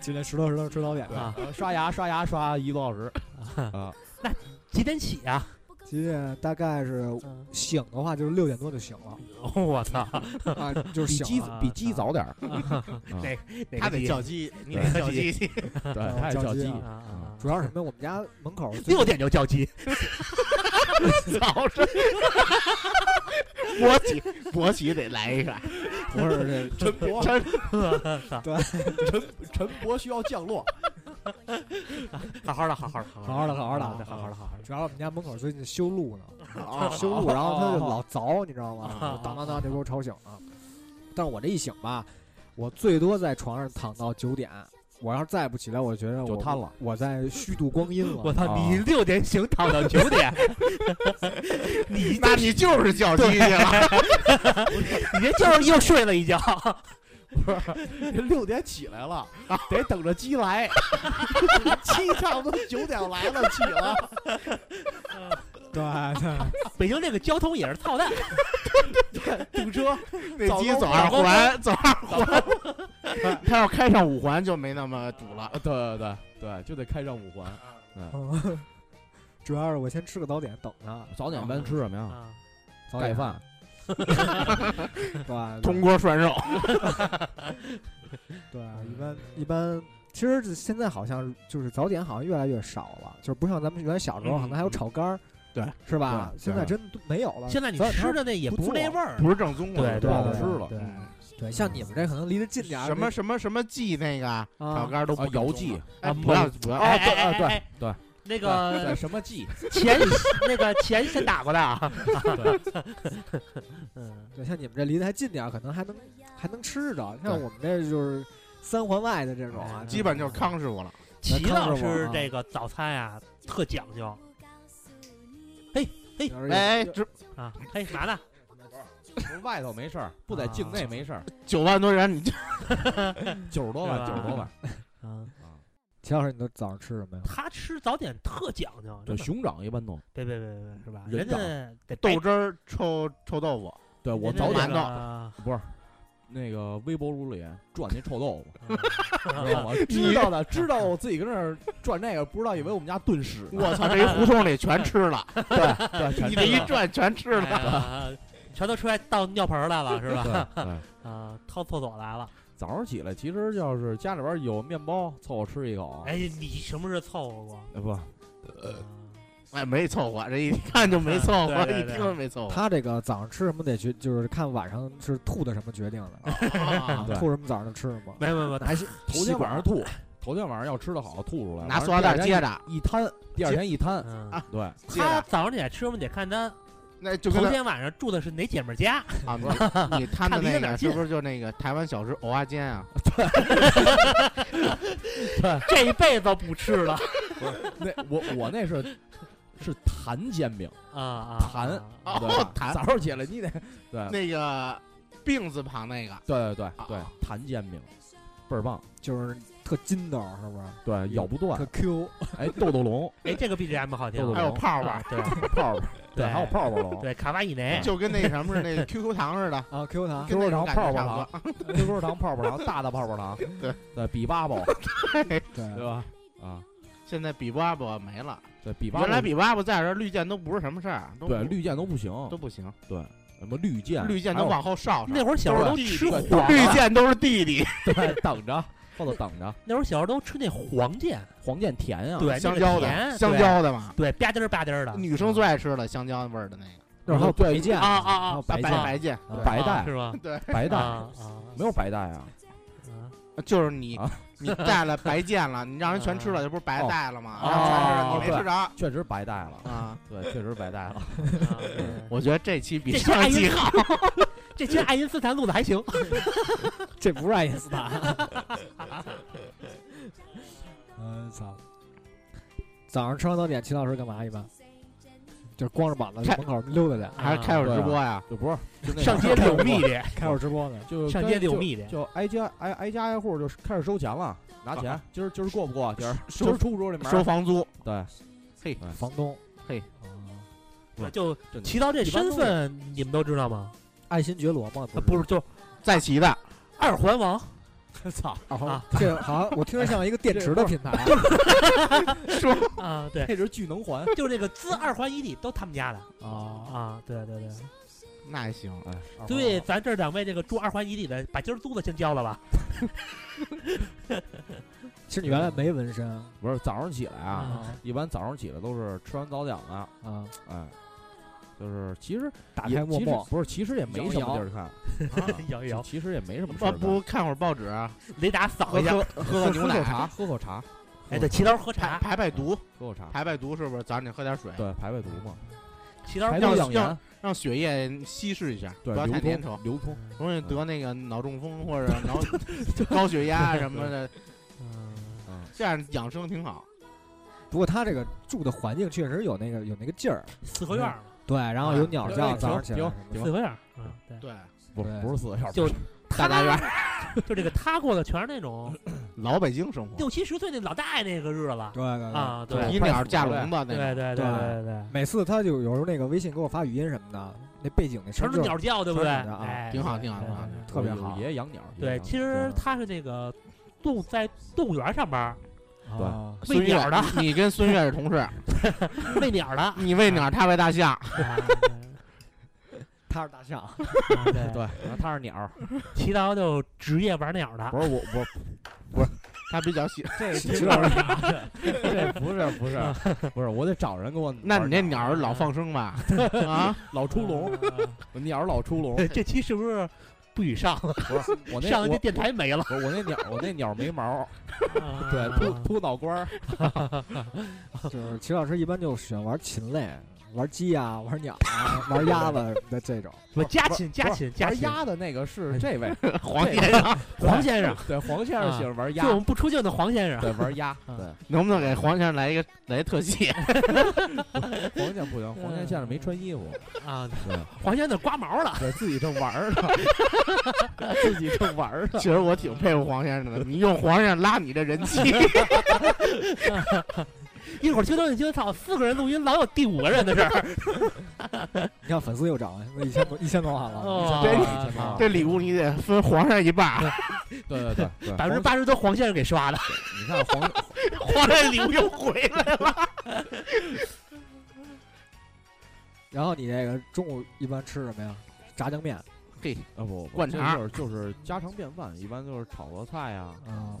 Speaker 3: 今天石头石头吃早点
Speaker 5: 啊
Speaker 1: 呃刷牙刷牙刷一个多小时，
Speaker 5: 几点起啊？
Speaker 3: 几点？大概是醒的话就是六点多就醒了
Speaker 5: 我操，
Speaker 3: 啊，就是
Speaker 1: 比
Speaker 3: 醒
Speaker 1: 鸡
Speaker 3: 了。
Speaker 1: 比鸡早点儿，
Speaker 5: 哪哪
Speaker 6: 他
Speaker 5: 个
Speaker 6: 得
Speaker 5: 地
Speaker 6: 叫鸡，你
Speaker 5: 对
Speaker 6: 得叫鸡，
Speaker 1: 对，
Speaker 3: 啊
Speaker 1: 他也
Speaker 3: 叫
Speaker 1: 叫
Speaker 3: 鸡
Speaker 1: 鸡
Speaker 3: 啊
Speaker 5: 啊啊
Speaker 1: 嗯
Speaker 5: 啊
Speaker 3: 主要是什么？我们家 门口最
Speaker 5: 六点就叫鸡，
Speaker 6: 早上国企国企得来一个，
Speaker 3: 不是
Speaker 1: 陈
Speaker 3: 这
Speaker 1: 博，
Speaker 6: 陈
Speaker 1: 陈博需要降落，
Speaker 5: 好好的，好好的，
Speaker 3: 好好的好好的
Speaker 5: 对好好的，好好
Speaker 1: 啊
Speaker 5: 的。
Speaker 3: 主要我们家门口最近修路 呢，
Speaker 6: 啊
Speaker 3: 修路，然后他就老凿，你知道吗
Speaker 5: 哦啊？
Speaker 3: 就当当当就给我吵醒了。但是我这一醒吧，我最多在床上躺到九点，我要是再不起来，我觉得我
Speaker 1: 就瘫了，
Speaker 3: 我在虚度光阴
Speaker 5: 我
Speaker 3: 了。
Speaker 5: 操！你
Speaker 1: 啊
Speaker 5: 六点醒，躺到九点，你
Speaker 6: 那你就是叫鸡去了，
Speaker 5: 你这觉又睡了 一觉，
Speaker 1: 六点起来了，得等着鸡来，鸡差不多九点来了起了，
Speaker 3: 对 对，
Speaker 5: 北京这个交通也是操蛋，
Speaker 1: 堵车，
Speaker 6: 那鸡走二环，走二环， 他要开上五环就没那么堵了。
Speaker 1: 啊对对对对，就得开上五环。
Speaker 3: 嗯 主要是我先吃个早点等他，
Speaker 1: 早点一般吃什么呀？
Speaker 5: 啊
Speaker 3: 早
Speaker 1: 盖
Speaker 3: 点
Speaker 1: 饭，
Speaker 3: 对
Speaker 6: 铜锅涮肉，
Speaker 3: 对，啊一般一般。其实现在好像就是早点好像越来越少了，就是不像咱们原来小时候
Speaker 5: 嗯
Speaker 3: 可能还有炒肝儿，
Speaker 6: 对，
Speaker 3: 是吧？
Speaker 1: 对
Speaker 3: 现在真都没有了。
Speaker 5: 现在你
Speaker 3: 早点
Speaker 5: 吃
Speaker 3: 摊儿
Speaker 5: 的那也
Speaker 3: 不
Speaker 5: 不是
Speaker 3: 做
Speaker 5: 那味儿，
Speaker 6: 不是正宗的，
Speaker 5: 对对
Speaker 1: 不好
Speaker 3: 对
Speaker 1: 吃了
Speaker 3: 对
Speaker 6: 嗯
Speaker 3: 对，像你们这可能离得近点儿，
Speaker 6: 什么什么什么鸡那个炒
Speaker 3: 啊？
Speaker 6: 肝都不
Speaker 1: 啊
Speaker 6: 正宗
Speaker 1: 姚
Speaker 6: 了
Speaker 1: 记，
Speaker 6: 哎
Speaker 5: 啊
Speaker 6: 不要
Speaker 5: 不
Speaker 6: 不要，
Speaker 5: 哎
Speaker 1: 啊
Speaker 5: 哎
Speaker 1: 对
Speaker 5: 哎
Speaker 1: 啊对
Speaker 5: 哎
Speaker 1: 对
Speaker 5: 那
Speaker 1: 对 对
Speaker 5: 个
Speaker 1: 什么记？
Speaker 5: 钱那个钱先打过来啊，嗯，
Speaker 3: 对，像你们这离得还近点儿，可能还能还能吃着。像我们这就是三环外的这种啊，
Speaker 5: 哎
Speaker 6: 基本就是康师傅了。
Speaker 5: 齐
Speaker 3: 看着
Speaker 5: 老
Speaker 3: 我
Speaker 5: 师
Speaker 3: 啊
Speaker 5: 这个早餐啊特讲究，
Speaker 3: 有时候有
Speaker 6: 哎，这
Speaker 5: 啊，嘿，嘛呢？
Speaker 1: 外头没事儿，
Speaker 5: 啊
Speaker 1: 不在境内没事 儿，
Speaker 6: 九万多人，你这
Speaker 1: 九十多万，
Speaker 5: 是
Speaker 1: 九
Speaker 5: 吧
Speaker 1: 十多万。嗯
Speaker 5: 啊，
Speaker 3: 齐老师，你都早上吃什么呀？
Speaker 5: 他吃早点特讲究，
Speaker 1: 对，
Speaker 5: 真的
Speaker 1: 熊掌一般都。
Speaker 5: 别别别别别，是吧？
Speaker 1: 人
Speaker 5: 人家得白
Speaker 6: 豆汁儿臭臭豆 腐，
Speaker 1: 对我
Speaker 5: 人家
Speaker 1: 早点
Speaker 5: 那
Speaker 6: 到
Speaker 5: 个啊
Speaker 1: 不是那个微波炉里转那臭豆腐，
Speaker 5: 嗯
Speaker 1: 知道吗？啊知道的，知道我自己跟那儿转那个，不知道以为我们家炖屎呢。
Speaker 6: 我操，这一胡同里全吃 了，
Speaker 1: 对对，全
Speaker 6: 你这一
Speaker 1: 是
Speaker 6: 转全吃
Speaker 5: 哎
Speaker 6: 了。
Speaker 5: 呀全都出来倒尿盆儿来了，是吧？
Speaker 1: 对对
Speaker 5: 啊，掏厕所来了。
Speaker 1: 早上起来，其实就是家里边有面包，凑合吃一口。啊
Speaker 5: 哎，你什么时候凑合过？
Speaker 1: 哎，不，
Speaker 5: 呃，
Speaker 6: 哎，没凑合，这一看就没凑合，
Speaker 5: 对对
Speaker 6: 一
Speaker 5: 对
Speaker 6: 听就没凑合。
Speaker 3: 他这个早上吃什么得决，就是看晚上是吐的什么决定的，
Speaker 6: 啊
Speaker 1: 对
Speaker 3: 吐什么早上就吃什么。
Speaker 5: 没有没有没有，
Speaker 3: 还是
Speaker 1: 头天晚上吐，头天晚上要吃的好，吐出来，
Speaker 6: 拿塑料袋 接着，
Speaker 1: 一摊，第二天一 摊，
Speaker 5: 嗯，
Speaker 1: 对，
Speaker 6: 接
Speaker 5: 他
Speaker 6: 着，
Speaker 5: 早上起来吃什么得看他
Speaker 6: 那啊就跟
Speaker 5: 头
Speaker 6: 他
Speaker 5: 天晚上住的是哪姐们儿 家。
Speaker 6: 啊，你你摊的
Speaker 5: 看离
Speaker 6: 那
Speaker 5: 得哪儿
Speaker 6: 个
Speaker 5: 近
Speaker 6: 是不是就那个台湾小吃蚵仔煎啊？
Speaker 5: 这一辈子不吃了
Speaker 1: 那我我那是是坛煎饼，
Speaker 5: 啊啊！
Speaker 1: 弹
Speaker 5: 啊
Speaker 6: 哦
Speaker 1: 对吧？
Speaker 6: 坛嗯
Speaker 1: 早上起来你得对
Speaker 6: 那个病字旁那个，
Speaker 1: 对对对
Speaker 6: 啊
Speaker 1: 对，弹煎饼倍儿棒，
Speaker 3: 就是特筋道，是不是？
Speaker 1: 对，咬不断
Speaker 3: 特。Q，
Speaker 1: 哎，豆豆 龙、
Speaker 5: 哎，这个 BGM 好听
Speaker 1: 豆豆，
Speaker 6: 还有泡泡
Speaker 5: 啊，对
Speaker 1: 泡泡，对，还有泡泡龙，
Speaker 5: 对，卡哇伊
Speaker 1: 啊
Speaker 5: 呢？
Speaker 6: 就跟那什么似的，那 QQ 糖似 的，
Speaker 3: 啊，Q 糖，
Speaker 1: Q
Speaker 6: 跟那
Speaker 1: 糖泡泡
Speaker 6: 种感觉差不
Speaker 1: 糖，Q Q 糖泡泡糖，大大泡泡糖，
Speaker 6: 对
Speaker 1: 对，比巴宝，
Speaker 3: 对，
Speaker 1: 对吧？啊，
Speaker 6: 现在比巴卜没了，
Speaker 1: 对，比巴
Speaker 6: 原来
Speaker 1: 宝
Speaker 6: 比巴卜在这儿绿箭都不是什么事儿，都
Speaker 1: 对
Speaker 6: 不
Speaker 1: 绿箭都不行，
Speaker 6: 都不行，
Speaker 1: 对，什么绿箭，
Speaker 6: 绿箭
Speaker 1: 还
Speaker 6: 都
Speaker 1: 有
Speaker 6: 往后稍稍
Speaker 5: 那会儿小时候都
Speaker 6: 都是
Speaker 5: 吃
Speaker 6: 地
Speaker 5: 黄
Speaker 1: 对，
Speaker 6: 绿箭都是弟弟，
Speaker 1: 对，等着，后头等着，
Speaker 5: 那会儿小时候都吃那黄箭，
Speaker 1: 黄箭啊甜呀，
Speaker 5: 对，
Speaker 6: 啊香
Speaker 5: 那个
Speaker 6: 蕉
Speaker 5: 甜
Speaker 6: 的，香，蕉的嘛，
Speaker 5: 对，对吧唧儿吧唧儿
Speaker 1: 啊
Speaker 5: 的，
Speaker 6: 女生最爱吃了香蕉味儿的那个
Speaker 3: 那会儿还有
Speaker 1: 对
Speaker 3: 白剑
Speaker 6: 啊啊啊
Speaker 3: 还有
Speaker 6: 啊，白
Speaker 3: 白
Speaker 5: 白
Speaker 3: 剑，
Speaker 6: 白箭，
Speaker 3: 啊
Speaker 1: 白
Speaker 5: 啊
Speaker 1: 带
Speaker 5: 是吗？
Speaker 6: 对，
Speaker 1: 白带
Speaker 5: 啊啊，
Speaker 1: 没有白带啊，
Speaker 5: 啊
Speaker 6: 就是你
Speaker 1: 啊哦
Speaker 6: 你带了白箭了，你让人全吃了，这不是白带了吗？让人全吃了，啊你没吃着
Speaker 1: 啊确实白带了，
Speaker 6: 啊。
Speaker 1: 对，确实白带了，
Speaker 5: 啊对
Speaker 6: 我觉得这期比
Speaker 5: 这期
Speaker 6: 上
Speaker 5: 爱
Speaker 6: 一期
Speaker 5: 因
Speaker 6: 好。
Speaker 5: 这其实爱因斯坦录的还行，
Speaker 3: 这不是爱因斯 坦。嗯，操！早上吃完早点，齐老师干嘛一般？就是光着膀子
Speaker 6: 看
Speaker 3: 在门口溜达去，
Speaker 5: 啊
Speaker 6: 还是开会
Speaker 1: 啊
Speaker 6: 儿直播呀？
Speaker 1: 就不是就那
Speaker 5: 上
Speaker 1: 个
Speaker 5: 街遛蜜去，
Speaker 3: 开会儿直播呢。
Speaker 1: 就
Speaker 5: 上
Speaker 1: 跟
Speaker 5: 街遛
Speaker 1: 就
Speaker 5: 蜜去，
Speaker 1: 就挨家挨挨家挨户就开始收钱了，拿钱
Speaker 6: 啊，
Speaker 1: 今儿今儿过不过？今儿
Speaker 6: 收
Speaker 1: 今儿出不出这门儿？
Speaker 6: 收房租，
Speaker 1: 对，
Speaker 3: 房东，
Speaker 6: 嘿
Speaker 3: 哦，
Speaker 5: 就
Speaker 1: 真的
Speaker 5: 提到这身份，你们都知道吗？
Speaker 3: 爱新觉罗吗？
Speaker 5: 啊不
Speaker 3: 是
Speaker 5: 是，就
Speaker 6: 在齐的
Speaker 5: 二环王，
Speaker 1: 操，
Speaker 3: 啊
Speaker 5: 啊，
Speaker 3: 这个好像我听着像一个电池的品牌，
Speaker 6: 说
Speaker 5: 啊，对，
Speaker 1: 那是巨能还，
Speaker 5: 就这个资二环一地都他们家的
Speaker 3: 啊，
Speaker 5: 啊，对对对，
Speaker 6: 那还行，
Speaker 5: 对，咱这儿两位这个住二环以里的，把今儿租的先交了吧。
Speaker 3: 其实你原来没纹身啊
Speaker 1: 不是早上起来啊，
Speaker 5: 啊
Speaker 1: 一般早上起来都是吃完早点了，
Speaker 3: 啊，
Speaker 1: 哎，就是其实
Speaker 3: 打
Speaker 1: 也
Speaker 3: 开陌
Speaker 1: 其实
Speaker 3: 陌，
Speaker 1: 不是，其实也没什么地
Speaker 3: 摇
Speaker 1: 儿看，啊
Speaker 5: 摇一摇，
Speaker 1: 其实也没什么事
Speaker 6: 不
Speaker 1: 儿
Speaker 6: 呃不看会儿报纸，
Speaker 5: 雷达扫
Speaker 6: 喝
Speaker 5: 一下。
Speaker 6: 喝喝个
Speaker 1: 喝
Speaker 6: 牛
Speaker 1: 口
Speaker 6: 奶，啊
Speaker 1: 茶，喝口茶，
Speaker 5: 哎，对，齐头喝
Speaker 6: 排
Speaker 5: 茶，
Speaker 6: 排排毒，
Speaker 1: 喝口茶，
Speaker 6: 排排毒是不是？早上得喝点水，
Speaker 1: 对，排排毒嘛，
Speaker 5: 齐头
Speaker 1: 排
Speaker 6: 要
Speaker 1: 毒养
Speaker 6: 要
Speaker 1: 颜，
Speaker 6: 让血液稀释一下，不
Speaker 1: 对，
Speaker 6: 要太
Speaker 1: 流
Speaker 6: 粘
Speaker 1: 通
Speaker 6: 稠，
Speaker 1: 流通，
Speaker 6: 容易得那个脑中风或 者脑高血压什么的，
Speaker 5: 嗯
Speaker 6: 这样养生挺好。
Speaker 3: 不过他这个住的环境确实有那个有那个劲儿，
Speaker 5: 四合院儿嘛，
Speaker 3: 对，然啊后有鸟
Speaker 1: 哎
Speaker 3: 叫，
Speaker 1: 停
Speaker 3: 早上起来
Speaker 1: 停
Speaker 3: 什么的
Speaker 1: 停
Speaker 5: 四合院儿，嗯，对，
Speaker 6: 对，
Speaker 1: 不
Speaker 3: 对
Speaker 1: 不是四个小时，
Speaker 5: 就
Speaker 6: 大杂院 儿，
Speaker 5: 就这个他过的全是那种
Speaker 6: 老北京生活，
Speaker 5: 六七十岁那老大爷那个日子
Speaker 3: 对对对。
Speaker 5: 啊，对
Speaker 6: 以鸟架笼子那
Speaker 5: 对
Speaker 6: 个，
Speaker 5: 对对对对，
Speaker 3: 每次他就有时候那个微信给我发语音什么的，那背景那声
Speaker 5: 全
Speaker 3: 儿
Speaker 5: 是
Speaker 3: 就
Speaker 5: 鸟叫，对不对？
Speaker 3: 全是鸟叫啊
Speaker 5: 哎，
Speaker 6: 挺好
Speaker 5: 对
Speaker 6: 挺好
Speaker 5: 对
Speaker 6: 挺好
Speaker 5: 对
Speaker 3: 特别
Speaker 1: 有
Speaker 3: 好
Speaker 1: 爷爷养鸟儿，
Speaker 5: 对，啊其实他是那个动在动物园儿上班儿，
Speaker 1: 对
Speaker 3: 啊
Speaker 5: 喂
Speaker 6: 孙
Speaker 5: 鸟
Speaker 6: 悦
Speaker 5: 的，
Speaker 6: 你跟孙悦是同 事，，
Speaker 5: 喂鸟 的
Speaker 6: 你喂鸟，他喂大象，
Speaker 5: 啊
Speaker 3: 他是大象，
Speaker 5: 对对
Speaker 1: 对，然后他是鸟儿，
Speaker 5: 齐刀就职业玩鸟的，
Speaker 1: 不是我我
Speaker 6: 他比较 喜。
Speaker 3: 这
Speaker 1: 其实这不是不是不是，我得找人给我。
Speaker 6: 那你那鸟儿老放生吧？啊，
Speaker 1: 老出笼，
Speaker 5: 啊。
Speaker 1: 我 鸟儿老出笼，
Speaker 5: 对这期是不是不许上了？
Speaker 1: 不是我那
Speaker 5: 上
Speaker 1: 我
Speaker 5: 了这电台没了。
Speaker 1: 不是我那鸟我那鸟儿没毛儿，对，
Speaker 5: 对
Speaker 1: 秃秃脑瓜儿，
Speaker 3: 就是齐老师一般就喜欢玩禽类，玩鸡啊，玩鸟啊，玩鸭子什么的这种。
Speaker 5: 不家
Speaker 1: 不是
Speaker 5: 禽家
Speaker 1: 不是
Speaker 5: 禽家
Speaker 1: 玩
Speaker 5: 禽，
Speaker 1: 鸭的那个是这位
Speaker 6: 黄
Speaker 1: 这
Speaker 6: 先生，
Speaker 5: 黄先生，
Speaker 1: 对黄先生喜欢玩
Speaker 5: 就
Speaker 1: 鸭
Speaker 5: 我，们不出镜的黄先生。
Speaker 1: 对玩鸭，
Speaker 5: 啊
Speaker 1: 对
Speaker 6: 能不能给黄先生来一个来一特 写？
Speaker 1: 黄先不行，黄先生没穿衣服，
Speaker 5: 啊，
Speaker 1: 对
Speaker 5: 黄先生刮毛了。
Speaker 1: 对自己正玩儿呢，自己正玩儿呢
Speaker 6: 其，实我挺佩服黄先生的，你用黄先生拉你这人气，
Speaker 5: 一会儿听到你听操，四个人录音老有第五个人的事儿。
Speaker 3: 你看粉丝又涨了，一千多一千多万了。
Speaker 5: 哦
Speaker 6: 真
Speaker 1: 是啊
Speaker 6: 这礼物你得分黄先生一半儿，
Speaker 1: 对对对对，
Speaker 5: 百分之
Speaker 1: 黄，
Speaker 5: 八十都黄先生给刷的。
Speaker 1: 你看黄
Speaker 6: 黄先 生礼物又回来了。
Speaker 3: 然后你这个中午一般吃什么呀？炸酱面
Speaker 1: 啊不，不
Speaker 6: 灌
Speaker 1: 这
Speaker 6: 肠
Speaker 1: 就是就是家常便饭，一般就是炒个菜呀，
Speaker 3: 啊
Speaker 1: 嗯，